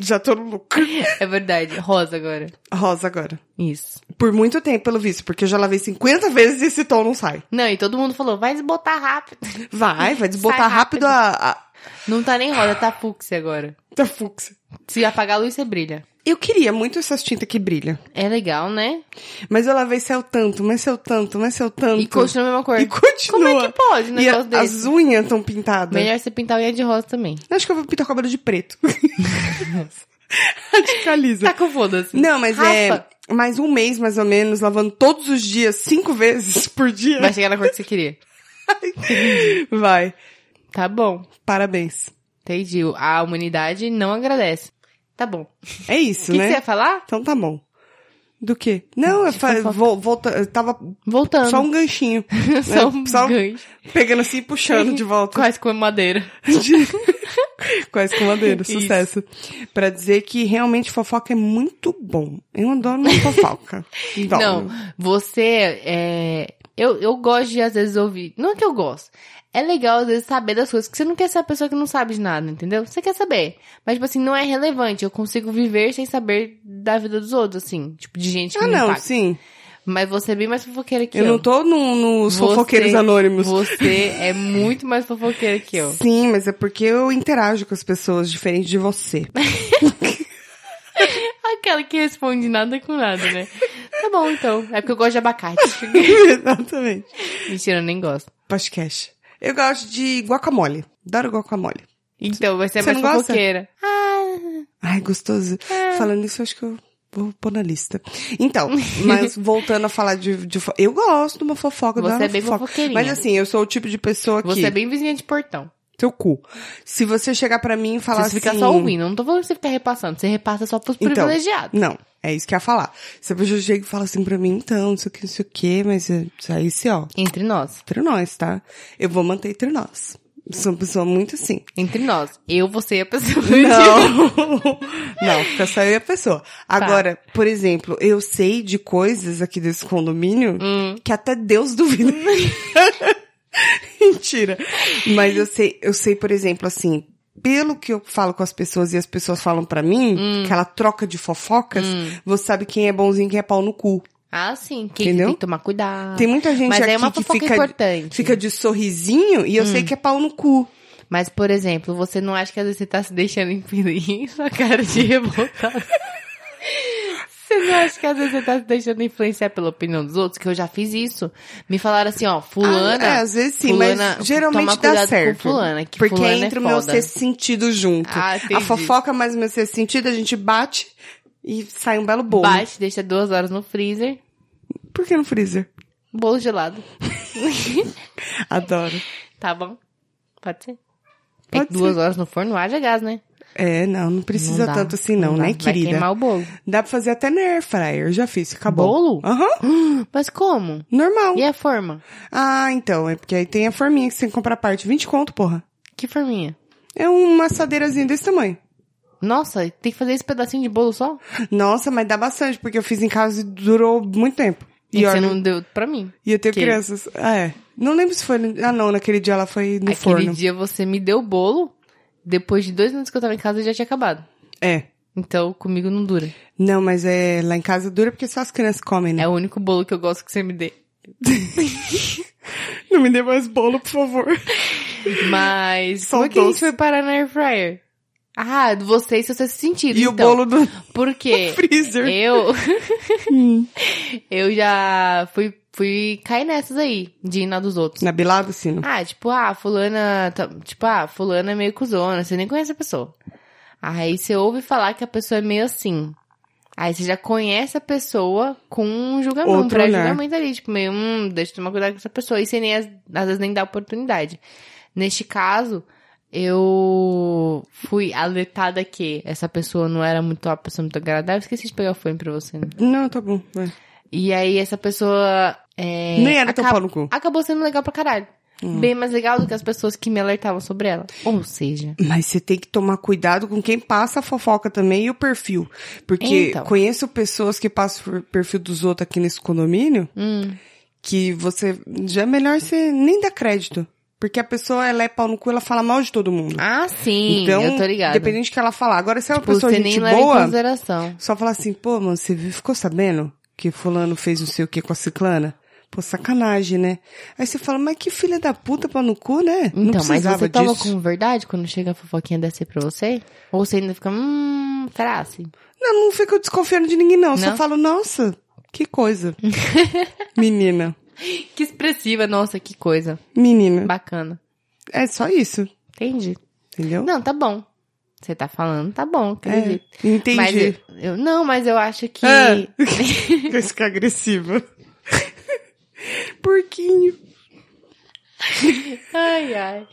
B: já tô no lucro.
A: *laughs* é verdade. Rosa agora.
B: Rosa agora.
A: Isso.
B: Por muito tempo, pelo visto, porque eu já lavei 50 vezes e esse tom não sai.
A: Não, e todo mundo falou, vai desbotar rápido. *laughs*
B: Vai, vai desbotar
A: Sai
B: rápido,
A: rápido.
B: a, a,
A: Não tá nem rosa, tá fúcsia agora.
B: a fúcsia.
A: Se apagar a luz, você brilha.
B: Eu queria muito essas tintas que brilham.
A: É legal, né?
B: Mas eu lavei céu tanto, mas céu tanto, mas céu tanto.
A: E continua a mesma cor.
B: E
A: Como
B: continua.
A: é que pode um
B: e
A: negócio
B: a- né?
A: desse?
B: as unhas estão pintadas.
A: Melhor você pintar a unha de rosa também.
B: Acho que eu vou pintar o cabelo
A: *laughs*
B: de preto. Radicaliza.
A: Tá com foda-se.
B: Não, mas
A: Rafa.
B: é mais um mês, mais ou menos, lavando todos os dias, cinco vezes *laughs* por dia.
A: Vai chegar na cor que você queria.
B: Vai.
A: Tá bom.
B: Parabéns.
A: Entendi. A humanidade não agradece. Tá bom.
B: É
A: O
B: isso,
A: que, que
B: né?
A: você ia falar?
B: Então tá bom. Do quê? Não, eu, fa...
A: fofoca.
B: vou, volta... eu tava
A: Voltando.
B: só um ganchinho.
A: *laughs* Só um
B: só um-
A: gancho.
B: Pegando assim e puxando de volta. *laughs*
A: Quase com madeira.
B: De- Quais com madeira,
A: Isso.
B: sucesso. Pra dizer que realmente fofoca é muito bom. Eu adoro uma fofoca. Adoro.
A: Não, você é. Eu, eu gosto de, às vezes, ouvir. Não é que eu gosto. É legal, às vezes, saber das coisas, porque você não quer ser a pessoa que não sabe de nada, entendeu? Você quer saber. Mas, tipo assim, não é relevante. Eu consigo viver sem saber da vida dos outros, assim. Tipo, de gente que
B: Ah,
A: me
B: não,
A: impacta.
B: sim.
A: Mas você é bem mais fofoqueira que
B: Eu
A: eu.
B: não tô no- nos
A: Você-
B: fofoqueiros anônimos.
A: Você é muito mais fofoqueira que eu.
B: Sim, mas é porque eu interajo com as pessoas diferente de você.
A: *laughs* Aquela que responde nada com nada, né? Tá bom, então. É porque eu gosto de abacate.
B: Exatamente.
A: *laughs* Mentira, eu nem gosto.
B: Podcast. Eu gosto de guacamole. Adoro guacamole.
A: Então, você é
B: Você
A: mais
B: não gosta? Ah,
A: fofoqueira.
B: Ai, gostoso. Falando isso, eu acho que eu vou pôr na lista. Então,
A: *laughs*
B: mas voltando a falar de, de fo- Eu gosto de uma fofoca. eu
A: Você
B: adoro
A: é bem
B: fofoca.
A: fofoqueirinha.
B: Mas assim, eu sou o tipo de pessoa que...
A: Você é bem vizinha de portão.
B: Teu cu. Se você chegar pra mim e falar
A: Você fica
B: assim...
A: só ouvindo. Eu Não tô falando que você fica repassando. Você repassa só pros
B: Então.
A: privilegiados.
B: Não, é isso que eu ia falar. Se a pessoa chega e fala assim pra mim, então, não sei o que, não sei o que, mas é- isso aí, se, ó,
A: Entre nós.
B: entre nós, tá? Eu vou manter entre nós. Sou uma pessoa muito assim.
A: Entre nós. Eu, você e a pessoa.
B: Não, *laughs* não, fica só eu e a
A: Tá.
B: pessoa. Agora, por exemplo, eu sei de coisas aqui desse condomínio
A: Hum.
B: que até Deus
A: *laughs*
B: duvida. Mentira. Mas eu sei, eu sei, por exemplo, assim, pelo que eu falo com as pessoas e as pessoas falam pra mim,
A: Hum.
B: aquela troca de fofocas, você sabe quem é bonzinho e quem é pau no cu.
A: Ah, sim. Que
B: Entendeu?
A: Tem que tomar cuidado.
B: Tem muita gente
A: Mas
B: aqui
A: é uma
B: que
A: fofoca
B: fica,
A: importante. Hum.
B: fica de sorrisinho e eu sei que é pau no cu.
A: Mas, por exemplo, você não acha que às vezes você tá se deixando *laughs* influenciar? Sua cara de
B: *laughs*
A: revoltada. Você não acha que às vezes você tá se deixando influenciar pela opinião dos outros? Que eu já fiz isso. Me falaram assim, ó, fulana...
B: Ah, é, às vezes sim,
A: fulana,
B: mas geralmente
A: toma
B: dá
A: cuidado
B: certo.
A: Com fulana, que
B: porque
A: fulana é
B: entra o meu
A: foda.
B: sexto sentido junto.
A: Ah,
B: a
A: entendi.
B: fofoca mais o meu sexto sentido, a gente bate e sai um belo bolo.
A: Bate, deixa duas horas no freezer.
B: Por que no freezer?
A: Bolo gelado.
B: Adoro.
A: Tá bom? Pode ser? é
B: Pode
A: que duas horas no forno haja gás, né?
B: É, não, não precisa
A: Não dá,
B: tanto assim não,
A: dá.
B: né,
A: Vai
B: querida? Tá
A: queimar o bolo.
B: Dá pra fazer até na air fryer, já fiz, acabou.
A: Bolo?
B: Aham, Ah.
A: Mas como?
B: normal.
A: E a forma?
B: Ah, então, é porque aí tem a forminha que você tem que comprar à parte, 20 conto, porra.
A: Que forminha?
B: É uma assadeirazinha desse tamanho.
A: Nossa, tem que fazer esse pedacinho de bolo só?
B: Nossa, mas dá bastante, porque eu fiz em casa e durou muito tempo.
A: E
B: E
A: É você
B: olha,
A: não deu pra mim.
B: E eu tenho
A: Que-
B: crianças. Ah, é. Não lembro se foi. no- Ah, não, naquele dia ela foi no
A: Aquele
B: forno.
A: dia você me deu o bolo, depois de dois minutos que eu tava em casa já tinha acabado.
B: É.
A: Então, comigo não dura.
B: Não, mas é lá em casa dura porque só as crianças comem, né?
A: É o único bolo que eu gosto que você me dê.
B: Não me
A: *laughs*
B: dê mais bolo, por favor.
A: Mas,
B: Só
A: como é que a
B: doce.
A: gente foi parar na air fryer? Ah, você e seu sexto sentido.
B: E
A: então. É.
B: o bolo do *laughs*
A: Porque
B: freezer.
A: eu.
B: Hum.
A: *laughs* eu já fui, fui cair nessas aí, de ir na dos outros.
B: Na bilada, sino.
A: Ah, tipo, ah, fulana. tá- Tipo, ah, fulana é meio cuzona, você nem conhece a pessoa. Aí você ouve falar que a pessoa é meio assim. Aí você já conhece a pessoa com um julgamento,
B: Outro
A: um
B: olhar.
A: pré-julgamento ali, tipo, meio, hum, deixa eu tomar cuidado com essa pessoa. E você nem, às às vezes, nem dá oportunidade. Neste caso, eu fui alertada que essa pessoa não era muito uma pessoa muito agradável. Esqueci de pegar o fone pra você, né?
B: Não, tá bom. vai.
A: E aí essa pessoa. É,
B: Nem era teu
A: acaba-
B: pau no cu. Hum.
A: acabou sendo legal pra caralho. Bem mais legal do que as pessoas que me alertavam sobre ela. Ou seja,
B: Mas você tem que tomar cuidado com quem passa a fofoca também e o perfil. Porque
A: Então.
B: conheço pessoas que passam por perfil dos outros aqui nesse condomínio
A: hum,
B: que você já é melhor você nem dar crédito. Porque a pessoa, ela é pau no cu, ela fala mal de todo mundo.
A: ah, sim,
B: então,
A: eu tô ligada.
B: dependendo de que ela falar. Agora, se é uma
A: tipo,
B: pessoa
A: você
B: gente
A: nem leva em
B: boa,
A: consideração.
B: só falar assim, pô, mano, você viu- ficou sabendo que fulano fez não sei o que com a ciclana? Pô, sacanagem, né? Aí você fala, mas que filha da puta pau no cu, né? não
A: Então, mas
B: precisava
A: você toma
B: disso.
A: como verdade quando chega a fofoquinha dessa aí pra você? Ou você ainda fica, hum, será assim?
B: Não, não fico desconfiando de ninguém, não. Eu Só
A: Não?
B: falo, nossa,
A: *laughs*
B: que coisa. menina,
A: Que expressiva, nossa, que coisa.
B: menina.
A: Bacana.
B: É só isso,
A: Entendi.
B: entendeu?
A: Não, tá bom. Você tá falando, tá bom,
B: é,
A: acredito.
B: entendi.
A: Mas eu, eu- não, mas eu acho que.
B: Ah. *laughs* é Vai ficar agressiva. Porquinho.
A: *laughs* Ai, ai.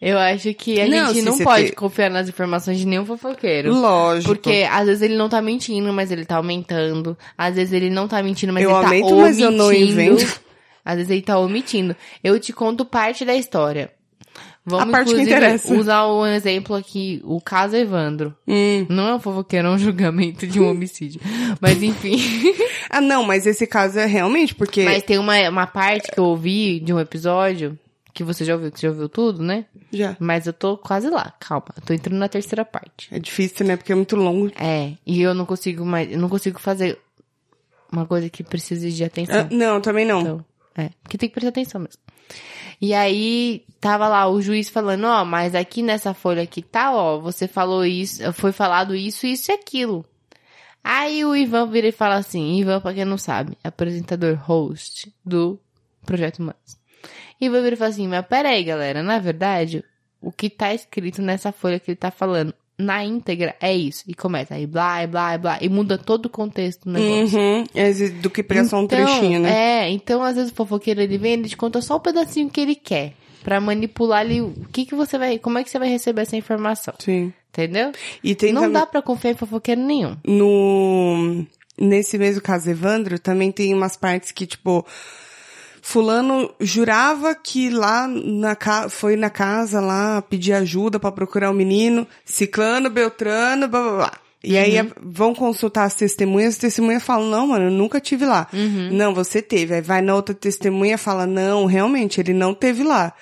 A: Eu acho que a
B: Não, se
A: gente não
B: você
A: pode
B: te-
A: confiar nas informações de nenhum fofoqueiro.
B: Lógico.
A: Porque às vezes ele não tá mentindo, mas ele tá aumentando. Às vezes ele não tá mentindo, mas
B: Eu
A: ele tá
B: aumento,
A: omitindo.
B: mas eu não invento.
A: Às vezes ele tá omitindo. Eu te conto parte da história. Vamos,
B: A parte que
A: inclusive,
B: interessa.
A: usar um exemplo aqui, o caso Evandro.
B: Hum.
A: Não é um fofoqueiro, é um julgamento
B: *laughs*
A: de um homicídio. Mas enfim.
B: Ah, não, mas esse caso é realmente porque...
A: mas tem uma, uma parte que eu ouvi de um episódio, que você já ouviu, que você já ouviu tudo, né?
B: Já.
A: Mas eu tô quase lá, calma. Eu tô entrando na terceira parte.
B: É difícil, né? Porque é muito longo.
A: É, e eu não consigo mais, eu não consigo fazer uma coisa que precise de
B: Ah,
A: atenção.
B: não, também não.
A: Então, é, porque tem que prestar atenção mesmo. E aí, tava lá o juiz falando, ó, mas aqui nessa folha aqui tá, ó, você falou isso, foi falado isso, isso e aquilo. Aí o Ivan vira e fala assim, Ivan, pra quem não sabe, é apresentador host do Projeto Humanos. Ivan vira e fala assim, mas peraí, galera, na verdade, o que tá escrito nessa folha que ele tá falando na íntegra é isso. E começa aí, blá, e blá, e blá, e muda todo o contexto do um negócio.
B: Uhum. É de- do que pegar só um trechinho, né?
A: É, então às vezes o fofoqueiro ele vem, ele te conta só o pedacinho que ele quer. Pra manipular ali o que que você vai, como é que você vai receber essa informação,
B: Sim.
A: entendeu?
B: E tem
A: não
B: também-
A: dá pra confiar em fofoqueiro nenhum.
B: no nesse mesmo caso Evandro também tem umas partes que tipo fulano jurava que lá na ca... foi na casa lá pedir ajuda pra procurar o menino ciclano beltrano blá blá blá e aí a- vão consultar as testemunhas, as testemunhas falam, não, mano, eu nunca tive lá. Não, você teve. Aí vai na outra testemunha e fala, não, realmente, ele não teve lá.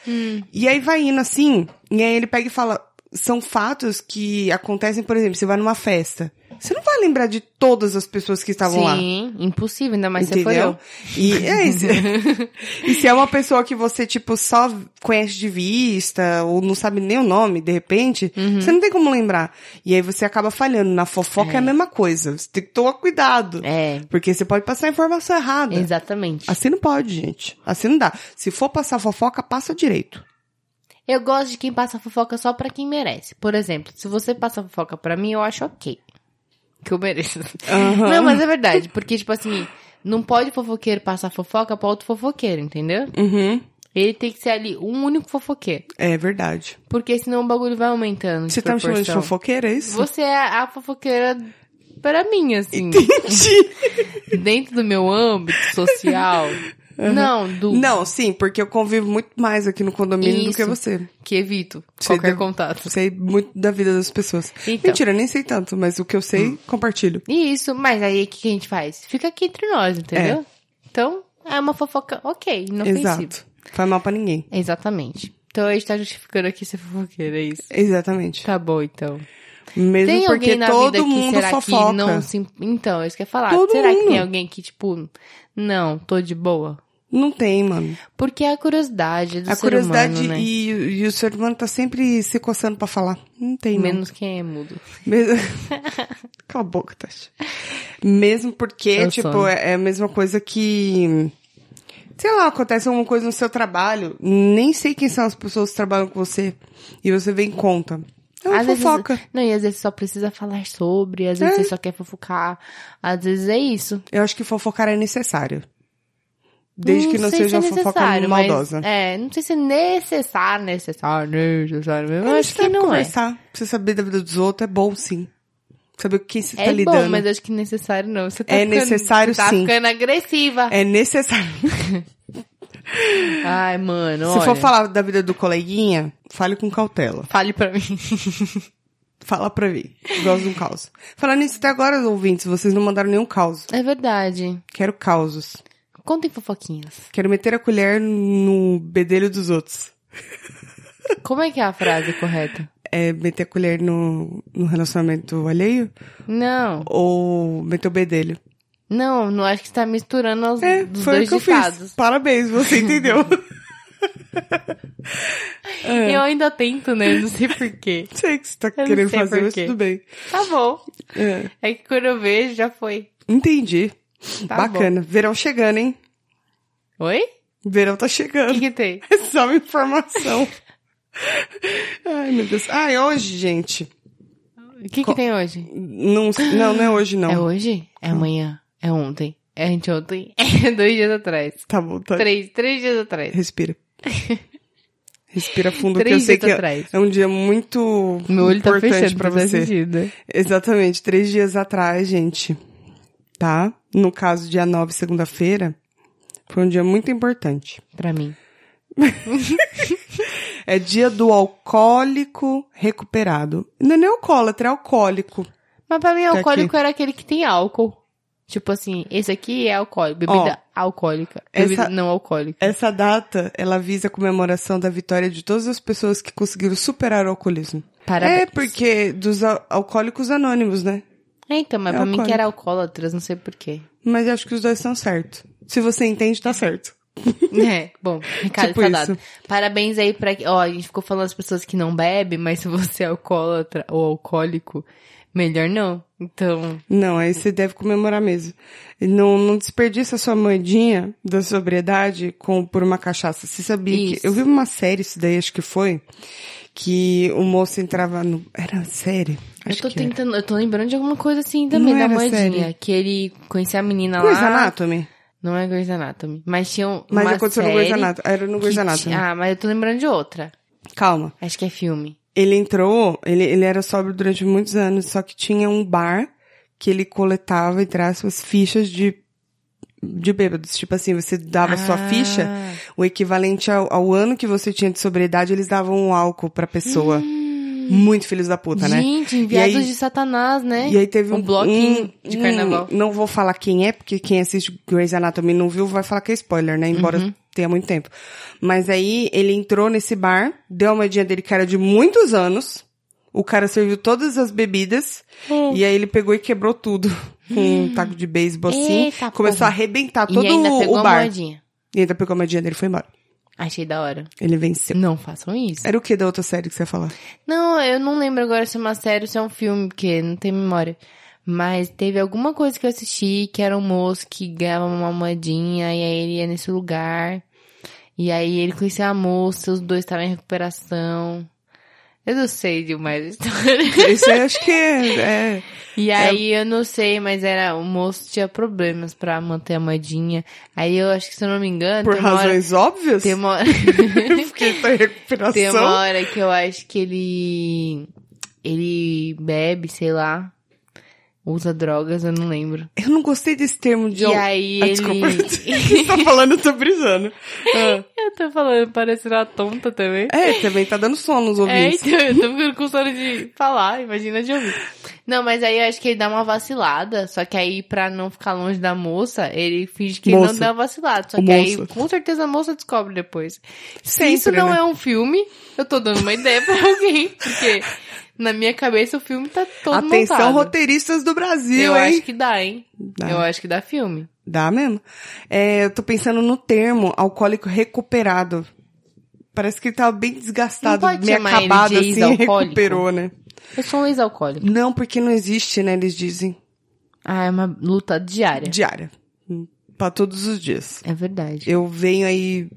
B: E aí vai indo assim, e aí ele pega e fala, são fatos que acontecem, por exemplo, você vai numa festa. Você não vai lembrar de todas as pessoas que estavam lá.
A: Sim, impossível, ainda mais se for
B: Entendeu?
A: eu.
B: E, é, e, se, e se é uma pessoa que você, tipo, só conhece de vista, ou não sabe nem o nome, de repente, você não tem como lembrar. E aí você acaba falhando. Na fofoca é, a mesma coisa. Você tem que tomar cuidado.
A: É,
B: Porque você pode passar a informação errada.
A: exatamente.
B: Assim não pode, gente. Assim não dá. Se for passar fofoca, passa direito.
A: Eu gosto de quem passa fofoca só pra quem merece. Por exemplo, se você passa fofoca pra mim, eu acho ok. Que eu mereço.
B: Aham.
A: Não, mas é verdade, porque, tipo assim, não pode fofoqueiro passar fofoca pra outro fofoqueiro, entendeu?
B: Uhum.
A: Ele tem que ser ali um único fofoqueiro.
B: É verdade.
A: Porque senão o bagulho vai aumentando. de
B: Você tá me chamando de
A: proporção.
B: fofoqueira, é isso?
A: Você é a fofoqueira para mim, assim.
B: *laughs* Entendi.
A: dentro do meu âmbito social. Não, do
B: Não, sim, porque eu convivo muito mais aqui no condomínio do que
A: Isso.
B: você.
A: que evito
B: Você
A: qualquer
B: deve-
A: contato.
B: Sei muito da vida das pessoas.
A: Então. Hum.
B: Mentira, nem sei tanto, mas o que eu sei, compartilho.
A: E Isso, mas aí o que que a gente faz? Fica aqui entre nós, entendeu? Então, é uma fofoca ok, inofensiva.
B: Exato. Faz mal pra ninguém.
A: Exatamente. Então a gente tá justificando aqui ser fofoqueira, é isso.
B: Exatamente.
A: Tá bom, então.
B: Mesmo
A: tem
B: porque
A: alguém na
B: todo
A: vida que
B: mundo
A: será
B: fofoca.
A: que não se... Então, isso que eu ia falar.
B: Todo
A: será
B: mundo.
A: que tem alguém que, tipo, não, tô de boa?
B: Não tem, mano.
A: Porque é a curiosidade do
B: a
A: ser
B: curiosidade
A: humano, né?
B: e, e o ser humano tá sempre se coçando pra falar. Não tem, mano.
A: Menos quem é mudo.
B: Mesmo... *laughs* Cala a boca, Tasha. Mesmo porque,
A: Eu
B: tipo,
A: sou. né?
B: é é a mesma coisa que. Sei lá, acontece alguma coisa no seu trabalho. Nem sei quem são as pessoas que trabalham com você. E você vem e conta. É uma
A: Às vezes-
B: fofoca.
A: Não, e às vezes só precisa falar sobre, às vezes
B: É.
A: você só quer fofocar. Às vezes é isso.
B: Eu acho que fofocar é necessário. Desde
A: Não
B: que não
A: sei se
B: seja
A: é
B: fofoca
A: necessário, mas-
B: maldosa.
A: é, não sei se é necessário, necessário, necessário mesmo. Eu
B: É
A: acho que
B: necessário
A: não é.
B: conversar. Pra você saber da vida dos outros é bom, sim. Saber com quem você
A: É
B: tá
A: bom,
B: lidando.
A: mas acho que necessário não. Você tá
B: É
A: ficando,
B: necessário,
A: tá
B: sim.
A: ficando agressiva.
B: É necessário.
A: Ai, mano,
B: É. Se for
A: olha,
B: falar da vida do coleguinha, fale com cautela.
A: Fale pra mim.
B: Fala pra mim. Gosto de um caos. Falando nisso até agora, ouvintes, vocês não mandaram nenhum caos.
A: É verdade.
B: Quero causos.
A: Contem fofoquinhas.
B: Quero meter a colher no bedelho dos outros.
A: Como é que é a frase correta?
B: É meter a colher no, no relacionamento alheio
A: Não,
B: ou meter o bedelho?
A: não, não acho que você tá misturando os,
B: É,
A: os
B: foi o
A: dois
B: que eu
A: ditados.
B: fiz.
A: *laughs*
B: Parabéns, você entendeu. É.
A: Eu ainda tento, né? Não sei porquê.
B: sei que você tá
A: não
B: querendo
A: sei
B: fazer,
A: por
B: mas
A: quê. *laughs*
B: tudo bem.
A: Tá bom.
B: É.
A: É que quando eu vejo, já foi.
B: Entendi.
A: Tá
B: Bacana. Verão chegando, hein?
A: Bom. Oi?
B: Verão tá
A: O
B: chegando. *laughs*
A: que, que tem?
B: É só
A: *laughs*
B: uma informação. Ai, meu Deus. Ai, hoje, gente.
A: O que,
B: Co-
A: que tem hoje?
B: Não, não, não é hoje, não.
A: É hoje? É amanhã? É ontem? É anteontem? *laughs* É dois dias atrás.
B: Tá bom, tá.
A: Três, três dias atrás.
B: Respira. Respira fundo, que eu
A: Três
B: sei
A: dias
B: que é-
A: atrás.
B: é um dia muito
A: Meu olho tá
B: importante
A: fechando
B: pra
A: pra você.
B: você. Exatamente, três dias atrás, gente, tá? No caso, dia 9, segunda-feira, foi um dia muito importante.
A: Pra mim.
B: É dia do alcoólico recuperado. Não é nem alcoólatra, é alcoólico.
A: Mas pra mim,
B: aqui.
A: alcoólico era aquele que tem álcool. Tipo assim, esse aqui é alcoólico. Bebida alcoólica. Bebida
B: essa-
A: não alcoólica.
B: Essa data, ela visa a comemoração da vitória de todas as pessoas que conseguiram superar o alcoolismo.
A: Parabéns.
B: É porque dos al- alcoólicos anônimos, né?
A: É, então, mas
B: É
A: pra mim que era alcoólatras, não sei
B: *laughs*
A: porquê.
B: Mas eu acho que os dois estão certos. Se você entende, tá certo.
A: É, bom, recado
B: Tipo
A: tá
B: isso.
A: dado. Parabéns aí pra... Ó, a gente ficou falando as pessoas que não bebem, mas se você é alcoólatra ou alcoólico, melhor não. Então,
B: Não, aí você deve comemorar mesmo. E Não, não desperdiça sua moedinha da sobriedade com, por uma cachaça. Você sabia
A: Isso.
B: que... Eu vi uma série, isso daí acho que foi, que o moço entrava no... Era série? Acho
A: eu tô
B: que era.
A: tentando... Eu tô lembrando de alguma coisa assim também,
B: Não
A: da
B: era
A: moedinha.
B: série.
A: Que ele conhecia a menina
B: Grey's
A: lá...
B: Anatomy.
A: Não é Grey's Anatomy. Mas tinha um-
B: Mas
A: uma
B: aconteceu
A: série
B: no Grey's Anatomy. Era no
A: que
B: Grey's
A: ti-
B: Anatomy.
A: Ah, mas eu tô lembrando de outra.
B: Calma.
A: Acho que é filme.
B: Ele entrou, ele, ele era sóbrio durante muitos anos, só que tinha um bar que ele coletava, entre aspas, fichas de, de bêbados. Tipo assim, você dava sua
A: Ah,
B: ficha, o equivalente ao, ao ano que você tinha de sobriedade, eles davam um álcool pra pessoa. Muito filhos da puta, né?
A: Gente, enviados
B: E aí-
A: de Satanás, né?
B: E aí teve
A: Um
B: um,
A: bloquinho de carnaval.
B: não vou falar quem é, porque quem assiste Grey's Anatomy e não viu vai falar que é spoiler, né? Embora
A: Uhum.
B: tenha muito tempo. Mas aí ele entrou nesse bar, deu uma moedinha dele que era de muitos anos. O cara serviu todas as bebidas e aí ele pegou e quebrou tudo *laughs* com um taco de beisebol assim.
A: Eita,
B: começou
A: porra.
B: a arrebentar
A: E
B: todo
A: ainda pegou
B: o
A: a
B: bar.
A: moedinha.
B: E ainda pegou a moedinha dele e foi embora.
A: Achei da hora.
B: Ele venceu.
A: Não façam isso.
B: Era o que da outra série que você ia falar? *laughs*
A: Não, eu não lembro agora se é uma série ou se é um filme, porque não tem memória. Mas teve alguma coisa que eu assisti que era um moço que ganhava uma moedinha e aí ele ia nesse lugar. E aí ele conhecia a moça, os dois estavam em recuperação. Eu não sei demais a história.
B: Isso aí acho que é. é.
A: E aí eu não sei, mas era o moço tinha problemas pra manter a moedinha. Aí eu acho que se eu não me engano,
B: é por
A: tem uma hora-
B: razões óbvias.
A: *laughs* tem uma hora-
B: *laughs* Porque ele tá em recuperação.
A: Tem uma hora que eu acho que ele. Ele bebe, sei lá. Usa drogas, eu não lembro.
B: Eu não gostei desse termo de...
A: e
B: al-
A: aí
B: Ah,
A: ele.
B: desculpa. *laughs* Você tá falando, eu tô brisando. Ah.
A: *laughs* eu tô falando, parece uma tonta também.
B: É, também tá dando sono nos
A: É,
B: ouvintes.
A: então, eu tô ficando com sono de falar, imagina de ouvir. Não, mas aí eu acho que ele dá uma vacilada, só que aí pra não ficar longe da moça, ele finge que
B: Moça.
A: não dá vacilada. Só
B: O
A: que aí,
B: moça.
A: com certeza, a moça descobre depois. Se
B: Sempre,
A: isso não
B: né?
A: *laughs* é um filme, eu tô dando uma ideia pra alguém, porque Na minha cabeça o filme tá todo
B: Atenção,
A: montado.
B: roteiristas do Brasil,
A: Eu
B: hein?
A: acho que dá, hein?
B: Dá,
A: Eu acho que dá filme.
B: dá mesmo. É, eu tô pensando no termo alcoólico recuperado. Parece que ele tava bem desgastado,
A: Não pode
B: meio
A: chamar ele de
B: acabado, assim,
A: ex-alcoólico?
B: recuperou, né?
A: Eu sou um ex-alcoólico.
B: Não, porque não existe, né? Eles dizem
A: Ah, é uma luta diária.
B: diária. Hum, Pra todos os dias.
A: É verdade.
B: Eu venho aí.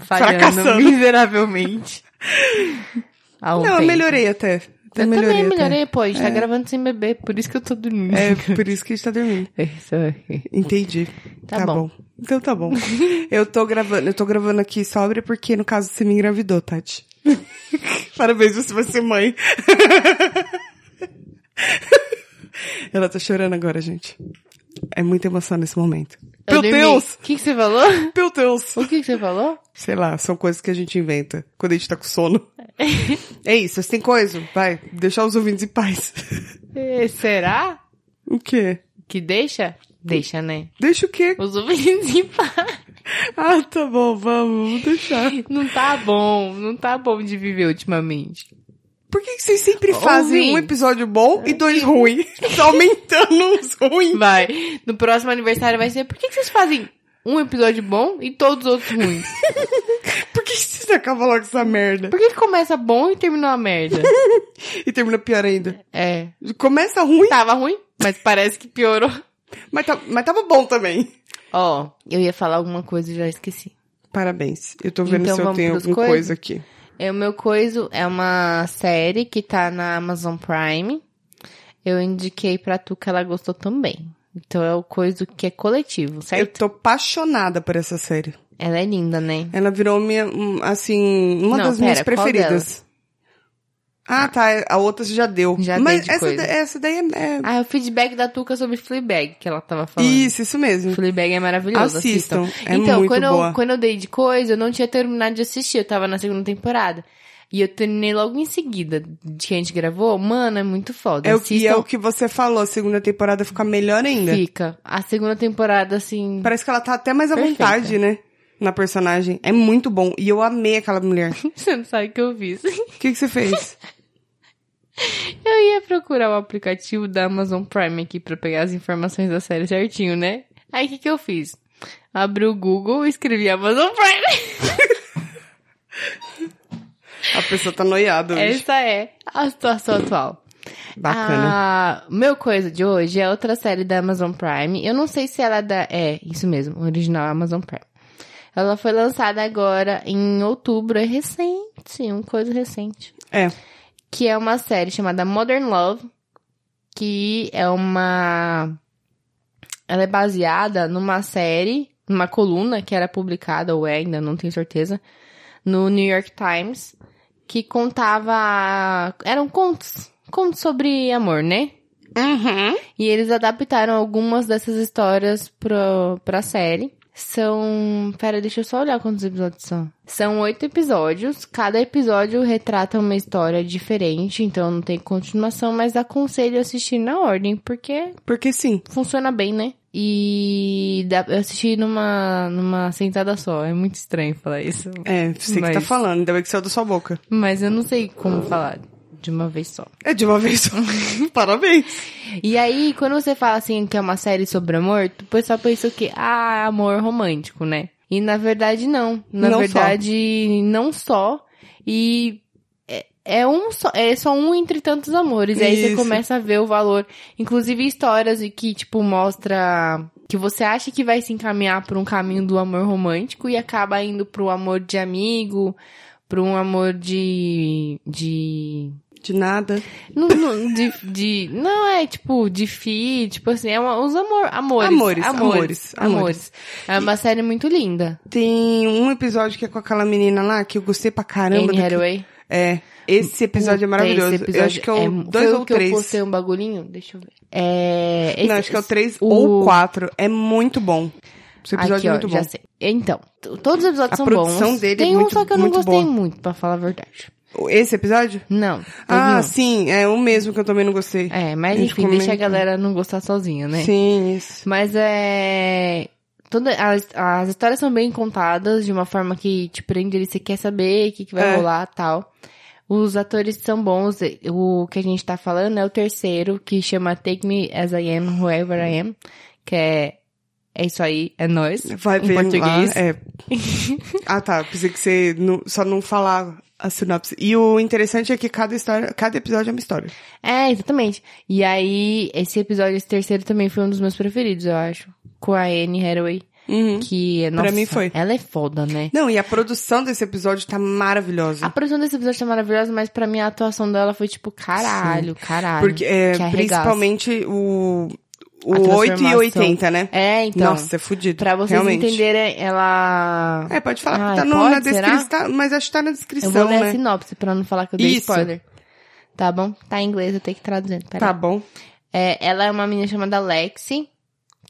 A: Falhando *laughs*
B: Fracassando.
A: miseravelmente. Há um
B: não, eu
A: tempo.
B: melhorei até. Até
A: Eu
B: melhorei.
A: também
B: até.
A: melhorei, pô. A gente tá gravando sem beber, por isso que eu tô dormindo. *laughs*
B: É, por isso que a gente tá dormindo.
A: É
B: Entendi.
A: Tá bom.
B: Então tá
A: *laughs*
B: bom. eu tô gravando, eu tô gravando aqui sobre porque no caso você me engravidou, Tati. *laughs* Parabéns, você vai ser mãe. *laughs* Ela tá chorando agora, gente. É muita emoção nesse momento.
A: Eu
B: Meu
A: dormi.
B: Deus!
A: O que, que você falou?
B: Meu Deus!
A: O que, que você falou?
B: Sei lá, são coisas que a gente inventa quando a gente tá com sono. é isso, você tem coisa? Vai, deixar os ouvintes em paz.
A: *laughs* É, será?
B: o quê?
A: Que deixa? Deixa, né?
B: Deixa o quê?
A: Os ouvintes em paz.
B: Ah, tá bom, vamos, vou deixar.
A: *laughs* Não tá bom. Não tá bom de viver ultimamente.
B: Por que, que vocês sempre fazem
A: Ouvi.
B: um episódio bom e
A: *laughs*
B: dois ruins? Tá aumentando os ruins.
A: Vai. No próximo aniversário vai ser. Por que, que vocês fazem um episódio bom e todos os outros ruins?
B: Por que que vocês acabam logo com essa merda?
A: Por que, que começa bom e termina uma merda?
B: E termina pior ainda.
A: *laughs* É.
B: Começa ruim,
A: Tava ruim, mas parece que piorou.
B: mas, tá- mas tava bom também.
A: Ó, eu ia falar alguma coisa e já esqueci.
B: Parabéns. Eu tô vendo
A: Então
B: se eu
A: vamos
B: tenho
A: pros
B: alguma
A: coisas?
B: coisa aqui.
A: É, o meu coiso é uma série que tá na Amazon Prime. Eu indiquei pra tu que ela gostou também. Então é o coiso que é coletivo,
B: Eu
A: certo?
B: tô apaixonada por essa série.
A: Ela é linda, né?
B: Ela virou minha, hum, assim, uma
A: Não,
B: das
A: pera,
B: minhas
A: qual
B: preferidas. Ah, tá. A outra você já deu.
A: Já dei
B: Mas
A: de
B: essa,
A: coisa.
B: da- essa daí é. é-
A: Ah, é o feedback da Tuca sobre Fleabag que ela tava falando.
B: Isso, isso mesmo.
A: Fleabag é maravilhoso, assistam.
B: Assistam. É
A: então,
B: muito
A: quando,
B: boa.
A: Eu, quando eu dei de coisa, eu não tinha terminado de assistir, eu tava na segunda temporada. E eu terminei logo em seguida de que a gente gravou. Mano, é muito foda.
B: É o, e
A: Assistam,
B: é o é que você falou, a segunda temporada fica melhor ainda.
A: fica. A segunda temporada, assim... *laughs*
B: Parece que ela tá até mais à
A: Perfeita.
B: vontade, né? Na personagem. É muito bom. E eu amei aquela mulher. *laughs* O
A: Você não sabe o que eu fiz.
B: que, que você fez?
A: Eu ia procurar o aplicativo da Amazon Prime aqui pra pegar as informações da série certinho, né? Aí o que, que eu fiz? Abri o Google e escrevi Amazon Prime.
B: A pessoa tá noiada hoje.
A: Essa é a situação atual.
B: Bacana.
A: Ah, meu coisa de hoje é outra série da Amazon Prime. Eu não sei se ela é da. É, isso mesmo, original é Amazon Prime. Ela foi lançada agora em outubro, é recente, uma coisa recente.
B: É.
A: que é uma série chamada Modern Love, que é uma. Ela é baseada numa série, numa coluna que era publicada, ou é, ainda não tenho certeza, no New York Times, que contava. Eram contos. Contos sobre amor, né?
B: Uhum.
A: E eles adaptaram algumas dessas histórias pro, pra série. São. Pera, deixa eu só olhar quantos episódios são. São oito episódios. Cada episódio retrata uma história diferente, então não tem continuação, mas aconselho assistir na ordem, porque
B: Porque sim.
A: funciona bem, né? E dá- eu assisti numa, numa sentada só. É muito estranho falar isso.
B: É, sei que tá
A: Mas-
B: falando. Ainda bem que saiu da sua boca.
A: Mas eu não sei como falar de uma vez só.
B: É de uma vez só. *laughs* Parabéns.
A: E aí, quando você fala assim que é uma série sobre amor, o pessoal pensa o quê? Ah, amor romântico, né? E na verdade, não. Na
B: Não só.
A: verdade, não só. E é, é um só, é só um entre tantos amores. E aí você
B: Isso.
A: começa a ver o valor. Inclusive histórias e que, tipo, mostra que você acha que vai se encaminhar por um caminho do amor romântico e acaba indo pro amor de amigo, pro um amor de. de.
B: De nada.
A: Não, não, de, de- não é tipo de fi, tipo assim, é uma, os amor, amores,
B: Amores, amores,
A: amores,
B: amores.
A: amores. É uma série muito linda.
B: Tem um episódio que é com aquela menina lá que eu gostei pra caramba.
A: Anne
B: do que-
A: Hathaway.
B: É. Esse episódio é
A: Puta,
B: maravilhoso.
A: esse
B: eu acho que é o
A: episódio
B: dois
A: foi
B: ou
A: o que
B: três.
A: eu postei um bagulhinho, deixa eu ver. É, esse-
B: Não, acho que é o três
A: o-
B: ou quatro. É muito bom. Esse episódio
A: Aqui,
B: é
A: ó,
B: muito
A: já
B: bom.
A: sei. Então, t- todos os episódios
B: A
A: são
B: produção
A: bons.
B: dele é
A: Tem um
B: muito-
A: só que eu não
B: muito
A: gostei
B: boa.
A: muito, pra falar a verdade.
B: Esse episódio?
A: Não. teve
B: Ah,
A: um.
B: sim, é o mesmo que eu também não gostei.
A: É, mas
B: a gente
A: enfim, deixa a
B: comenta.
A: galera não gostar sozinha, né?
B: Sim, isso.
A: Mas é. Toda, as, as histórias são bem contadas de uma forma que te prende, ali, você quer saber o que, que vai
B: É.
A: rolar rolar tal. Os atores são bons. O que a gente tá falando é o terceiro, que chama Take Me As I Am, Whoever I Am, que é é isso aí, é nós.
B: Vai
A: em
B: ver
A: português. *laughs*
B: lá. É. ah, tá. eu Pensei que você não- só não falar a sinopse. E o interessante é que cada história, cada episódio é uma história.
A: É, exatamente. E aí, esse episódio, esse terceiro também foi um dos meus preferidos, eu acho. Com a Anne Hathaway, que é, nossa,
B: Pra mim foi.
A: ela é foda, né?
B: Não, e a produção desse episódio tá maravilhosa.
A: A produção desse episódio tá maravilhosa, mas pra mim a atuação dela foi tipo, caralho, caralho.
B: Porque é,
A: que arregaço.
B: principalmente o,
A: A
B: o
A: transformação.
B: 8 e 80, né?
A: É, então.
B: Nossa, é fudido.
A: pra vocês
B: realmente.
A: entenderem, ela.
B: É, pode falar,
A: Ai,
B: tá no,
A: pode,
B: na descrição,
A: será?
B: tá- mas acho que tá na
A: eu vou
B: descrição,
A: ler assim, a
B: né?
A: sinopse pra não falar que eu dei
B: Isso.
A: spoiler. Tá bom? Tá em inglês, eu tenho que traduzir. Peraí.
B: Tá bom.
A: É, ela é uma menina chamada Lexi,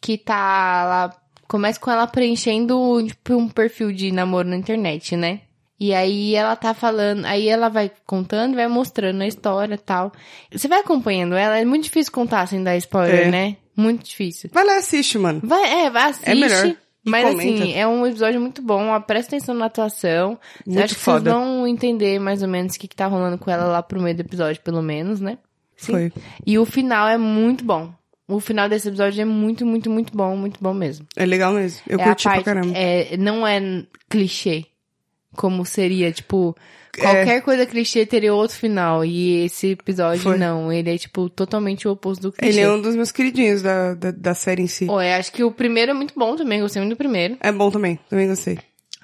A: que tá lá. Começa com ela preenchendo tipo, um perfil de namoro na internet, né? E aí ela tá falando, aí ela vai contando, vai mostrando a história e tal. Você vai acompanhando ela, é muito difícil contar sem dar spoiler,
B: É.
A: né? Muito difícil.
B: Vai lá e assiste, mano.
A: Vai, é, vai, assiste.
B: É melhor. E
A: Mas
B: comenta.
A: assim, é um episódio muito bom, ó, presta atenção na atuação. Você
B: Muito
A: acha que vocês
B: foda.
A: vão entender mais ou menos o que, que tá rolando com ela lá pro meio do episódio, pelo menos, né? Sim.
B: Foi.
A: E o final é muito bom. O final desse episódio é muito, muito, muito bom, muito bom mesmo.
B: É legal mesmo. Eu
A: é
B: curti
A: a parte,
B: pra caramba.
A: É, não é n- clichê. Como seria, tipo,
B: É.
A: qualquer coisa clichê teria outro final. E esse episódio
B: Foi.
A: não. Ele é, tipo, totalmente o oposto do clichê.
B: Ele é um dos meus queridinhos da, da, da série em si.
A: Ó, eu acho que o primeiro é muito bom também, gostei muito do primeiro.
B: É bom também, também gostei.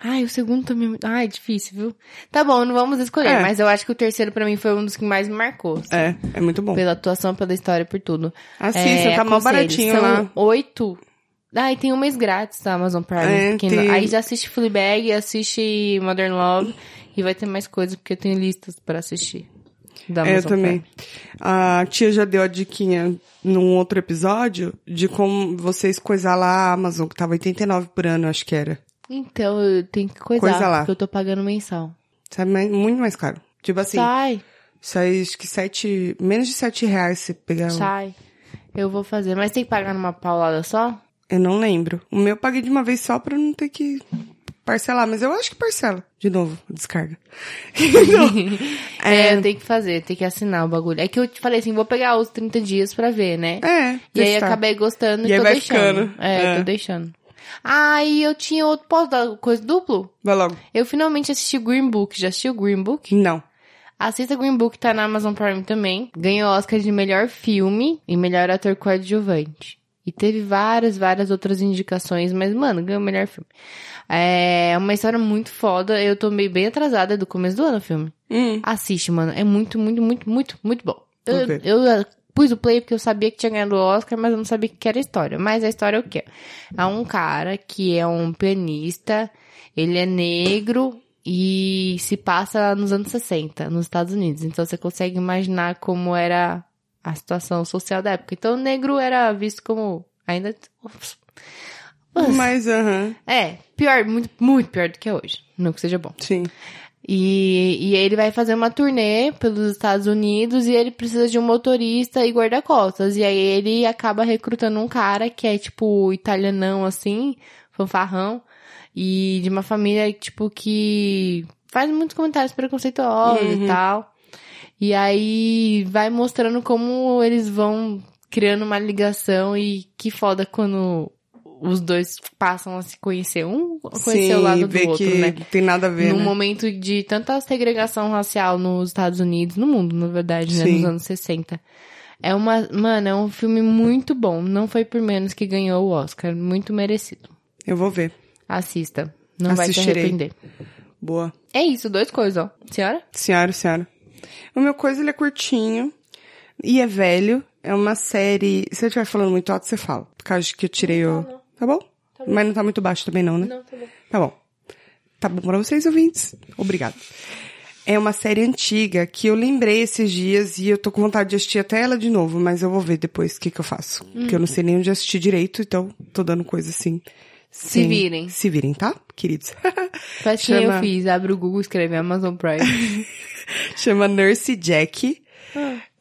A: Ai, o segundo também é muito. Ai, difícil, viu? Tá bom, não vamos escolher,
B: É.
A: mas eu acho que o terceiro pra mim foi um dos que mais me marcou. assim,
B: É, é muito bom.
A: Pela atuação, pela história, por tudo.
B: Assista,
A: É,
B: tá mal
A: aconselho.
B: baratinho
A: São
B: lá.
A: oito. Ah, e tem um mês grátis da Amazon Prime.
B: É,
A: que
B: tem-
A: não- Aí já assiste Fleabag, assiste Modern Love. E vai ter mais coisas, porque eu tenho listas pra assistir. Da
B: É, eu
A: Amazon
B: também.
A: Prime.
B: A tia já deu a diquinha num outro episódio de como vocês coisar lá a Amazon, que tava 89 por ano, acho que era.
A: Então, eu tenho que coisar,
B: Coisa lá.
A: porque eu tô pagando mensal.
B: Sabe, mas é muito mais caro. Tipo assim,
A: Sai,
B: sai acho que sete, menos de 7 reais se pegar. um. o-
A: sai. Eu vou fazer. Mas tem que pagar numa paulada só?
B: Eu não lembro. O meu eu paguei de uma vez só pra não ter que parcelar, mas eu acho que parcela. De novo, descarga. *laughs* Então,
A: *laughs* É, eu tenho que fazer, tem que assinar o bagulho. É que eu te falei assim, vou pegar os 30 dias pra ver, né?
B: É,
A: E aí
B: testar.
A: acabei gostando e,
B: E aí
A: tô
B: vai
A: deixando.
B: ficando.
A: É,
B: É.
A: tô deixando. Ah, e eu tinha outro. Posso dar coisa duplo?
B: Vai logo.
A: Eu finalmente assisti Green Book. Já assistiu Green Book?
B: Não.
A: Assista Green Book, tá na Amazon Prime também. Ganhou Oscar de melhor filme e melhor ator coadjuvante. E teve várias, várias outras indicações, mas, mano, ganhou o melhor filme. É uma história muito foda. Eu tô meio bem atrasada é do começo do ano o filme.
B: Hum.
A: Assiste, mano. É muito, muito, muito, muito, muito bom. Eu,
B: Ok.
A: eu, eh, pus o play porque eu sabia que tinha ganhado o Oscar, mas eu não sabia o que era a história. Mas a história é o quê? Há um cara que é um pianista, ele é negro e se passa nos anos 60, nos Estados Unidos. Então você consegue imaginar como era a situação social da época. Então o negro era visto como ainda...
B: Mas, aham,
A: É, pior, muito, muito pior do que é hoje. Não que seja bom.
B: sim.
A: E, e aí ele vai fazer uma turnê pelos Estados Unidos e ele precisa de um motorista e guarda-costas. E aí ele acaba recrutando um cara que é, tipo, italianão, assim, fanfarrão. E de uma família, tipo, que faz muitos comentários preconceituosos
B: Uhum.
A: e tal. E aí vai mostrando como eles vão criando uma ligação e que foda quando os dois passam a se conhecer. Um
B: sim,
A: conhecer o lado do
B: ver
A: outro,
B: que
A: né?
B: tem nada a ver,
A: num
B: né?
A: momento de tanta segregação racial nos Estados Unidos, no mundo, na verdade, né?
B: Sim.
A: Nos anos 60. É uma. Mano, é um filme muito bom. Não foi por menos que ganhou o Oscar. Muito merecido.
B: Eu vou ver.
A: Assista. Não vai se
B: Assistirei.
A: arrepender.
B: Boa.
A: É isso, dois coisas, ó. Senhora?
B: Senhora, senhora. O meu coisa, ele é curtinho e é velho. É uma série... Se eu estiver falando muito alto, você fala. Por causa que eu tirei o... Tá bom? Mas não tá muito baixo também não, né?
A: tá bom.
B: Tá bom. Tá bom pra vocês, ouvintes? Obrigada. É uma série antiga que eu lembrei esses dias e eu tô com vontade de assistir até ela de novo, mas eu vou ver depois o que, que eu faço. Porque eu não sei nem onde assistir direito, então tô dando coisa assim. sem-
A: virem.
B: Se virem, tá? Queridos. *laughs*
A: Faz que nem
B: Chama-
A: eu fiz. Abre o Google, escreve Amazon
B: *laughs*
A: Prime.
B: Chama Nurse Jack.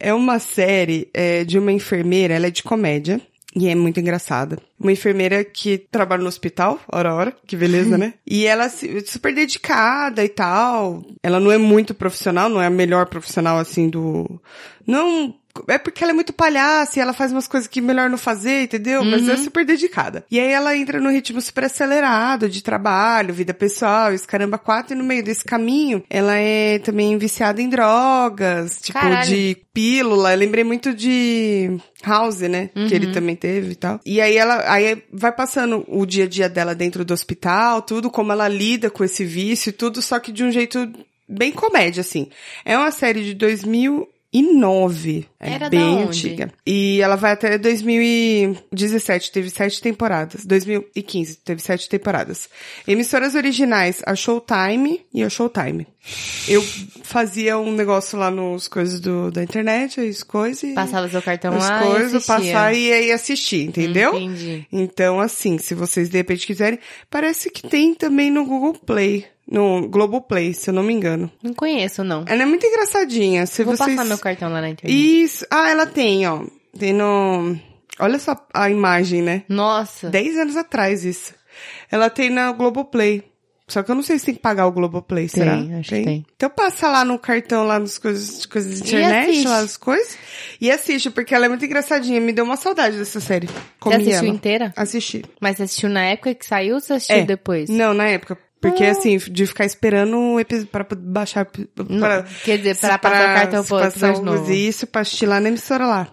B: É uma série é, de uma enfermeira, ela é de comédia. E é muito engraçada. Uma enfermeira que trabalha no hospital, hora hora, que beleza, né? E ela é super dedicada e tal. Ela não é muito profissional, não é a melhor profissional assim do. Não. É porque ela é muito palhaça e ela faz umas coisas que melhor não fazer, entendeu? Mas é super dedicada. E aí ela entra num ritmo super acelerado de trabalho, vida pessoal, esse caramba quatro, e no meio desse caminho, ela é também viciada em drogas, tipo
A: Caralho.
B: de pílula. Eu lembrei muito de House, né? Que
A: Uhum.
B: ele também teve e tal. E aí ela aí vai passando o dia a dia dela dentro do hospital, tudo, como ela lida com esse vício e tudo, só que de um jeito bem comédia, assim. É uma série de 2009. É
A: Era da
B: bem
A: onde?
B: antiga. E ela vai até 2017, teve sete temporadas. 2015, teve sete temporadas. Emissoras originais, a Showtime e a Showtime. Eu fazia um negócio lá nos coisas do, da internet, as coisas. e-
A: Passava seu cartão
B: as
A: lá e
B: coisas,
A: assistia.
B: passar e aí assistir, entendeu?
A: Entendi.
B: Então, assim, se vocês de repente quiserem, parece que tem também no Google Play, no Globoplay, se eu não me engano.
A: Não conheço, não.
B: Ela é muito engraçadinha, se
A: Vou
B: vocês...
A: passar meu cartão lá na internet.
B: Isso, ah, ela tem, ó, tem no... Olha só a imagem, né?
A: Nossa.
B: Dez anos atrás isso. Ela tem na Globoplay. Só que eu não sei se tem que pagar o Globoplay,
A: Tem,
B: será?
A: acho que tem.
B: Então passa lá no cartão, lá nas coisas, coisas de
A: E
B: internet,
A: assiste.
B: lá as coisas. E assiste, porque ela é muito engraçadinha. Me deu uma saudade dessa série. Comi
A: Você assistiu
B: ela.
A: inteira?
B: Assisti.
A: Mas você assistiu na época que saiu ou você assistiu
B: É.
A: depois?
B: Não, na época. Porque
A: Ah.
B: assim, de ficar esperando o episódio pra baixar.
A: Não,
B: Pra,
A: Quer dizer, pra passar o cartão
B: se
A: pro
B: passar um
A: episódio
B: o-
A: novo. *laughs*
B: Isso, pra assistir lá na emissora lá.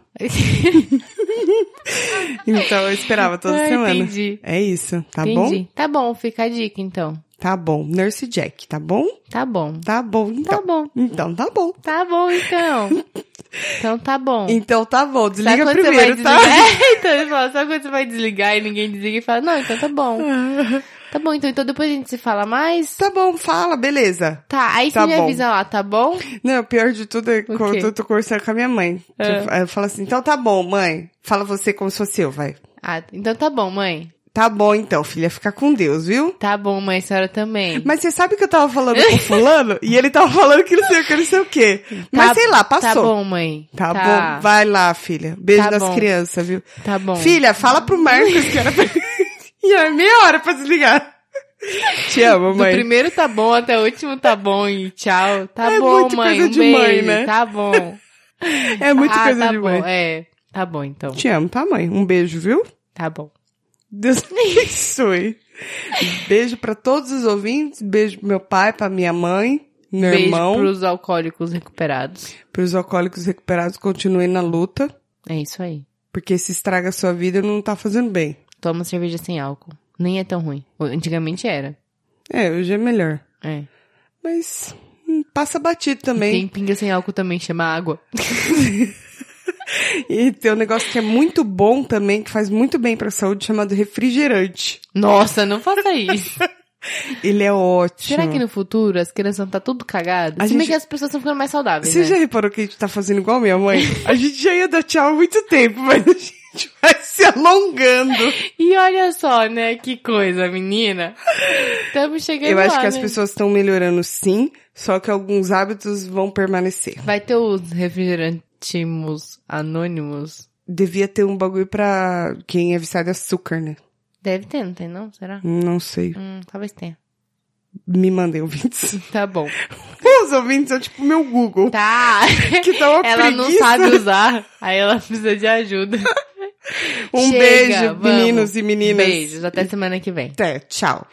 B: Então eu esperava toda
A: Ah,
B: semana.
A: entendi.
B: É isso, tá bom?
A: Entendi. Tá bom, fica a dica então.
B: Tá bom. Nurse Jack, tá bom?
A: Tá bom.
B: Tá bom, então.
A: Tá bom.
B: Então tá bom.
A: Tá bom
B: *laughs*
A: então. Então tá bom.
B: Então tá bom, desliga
A: Sabe quando você
B: primeiro,
A: vai
B: tá?
A: desligar? *laughs* É, então ele fala, sabe quando você vai desligar e ninguém desliga e fala, não, então tá
B: *laughs*
A: bom. tá bom, então, então depois a gente se fala mais.
B: *laughs* Tá bom, fala, beleza.
A: Tá, aí
B: Tá
A: você me
B: bom.
A: avisa lá, tá bom?
B: Não, o pior de tudo é quando
A: quê?
B: eu tô conversando com a minha mãe.
A: É.
B: Eu falo assim, então tá bom, mãe. Fala você como se fosse eu, vai.
A: Ah, então tá bom, mãe.
B: Tá bom então, filha, fica com Deus, viu?
A: Tá bom, mãe, a senhora também.
B: Mas você sabe que eu tava falando
A: *laughs*
B: com fulano e ele tava falando que não sei o que, não sei o quê. Mas
A: Tá-
B: sei lá,
A: Tá
B: passou.
A: bom, mãe.
B: Tá bom, vai lá, filha. Beijo
A: Tá
B: nas
A: bom.
B: crianças, viu?
A: Tá bom.
B: Filha, fala pro Marcos que
A: *laughs*
B: era pra... E é meia hora pra desligar. Te amo,
A: Do
B: mãe.
A: primeiro tá bom até o último tá bom e tchau. Tá
B: É
A: bom,
B: muito
A: mãe.
B: coisa
A: um
B: de
A: beijo.
B: mãe, né?
A: Tá bom.
B: *laughs* É muita
A: ah,
B: coisa
A: tá
B: de
A: bom.
B: mãe.
A: É, tá bom então.
B: Te amo, tá, mãe? Um beijo, viu?
A: Tá bom. *laughs*
B: Deus abençoe. beijo pra todos os ouvintes, beijo pro meu pai, pra minha mãe, meu
A: beijo
B: irmão,
A: pros alcoólicos recuperados.
B: pros alcoólicos recuperados, continuem na luta,
A: É isso aí.
B: porque se estraga a sua vida não tá fazendo bem.
A: Toma cerveja sem álcool. Nem é tão ruim. Antigamente era.
B: É, hoje é melhor.
A: É.
B: Mas hum, passa batido também.
A: Tem pinga sem álcool também, chama água.
B: E tem um negócio que é muito bom também, que faz muito bem pra saúde, chamado refrigerante.
A: Nossa, não
B: *laughs*
A: faça isso.
B: Ele é ótimo.
A: Será que no futuro as crianças vão estar tudo cagadas?
B: A
A: Se bem
B: gente-
A: que as pessoas estão ficando mais saudáveis,
B: Você
A: né?
B: já reparou que a gente tá fazendo igual minha mãe? A gente já ia dar tchau há muito tempo, *laughs* mas a gente vai se alongando.
A: E olha só, né? Que coisa,
B: *laughs*
A: menina. Estamos chegando
B: Eu
A: lá,
B: acho que as
A: né?
B: pessoas estão melhorando sim, só que alguns hábitos vão permanecer.
A: Vai ter os refrigerantimos anônimos?
B: Devia ter um bagulho pra quem é viciado em açúcar, né?
A: Deve ter, não tem não? Será?
B: Não sei.
A: Hum, talvez tenha.
B: Me mandem ouvintes. *laughs*
A: Tá bom.
B: Os ouvintes são tipo meu Google,
A: Tá.
B: que dá
A: *laughs*
B: uma
A: Ela não
B: preguiça.
A: sabe usar, aí ela precisa de ajuda.
B: Um
A: Chega,
B: beijo,
A: vamos.
B: meninos e meninas.
A: Beijos, até semana que vem.
B: Até, tchau.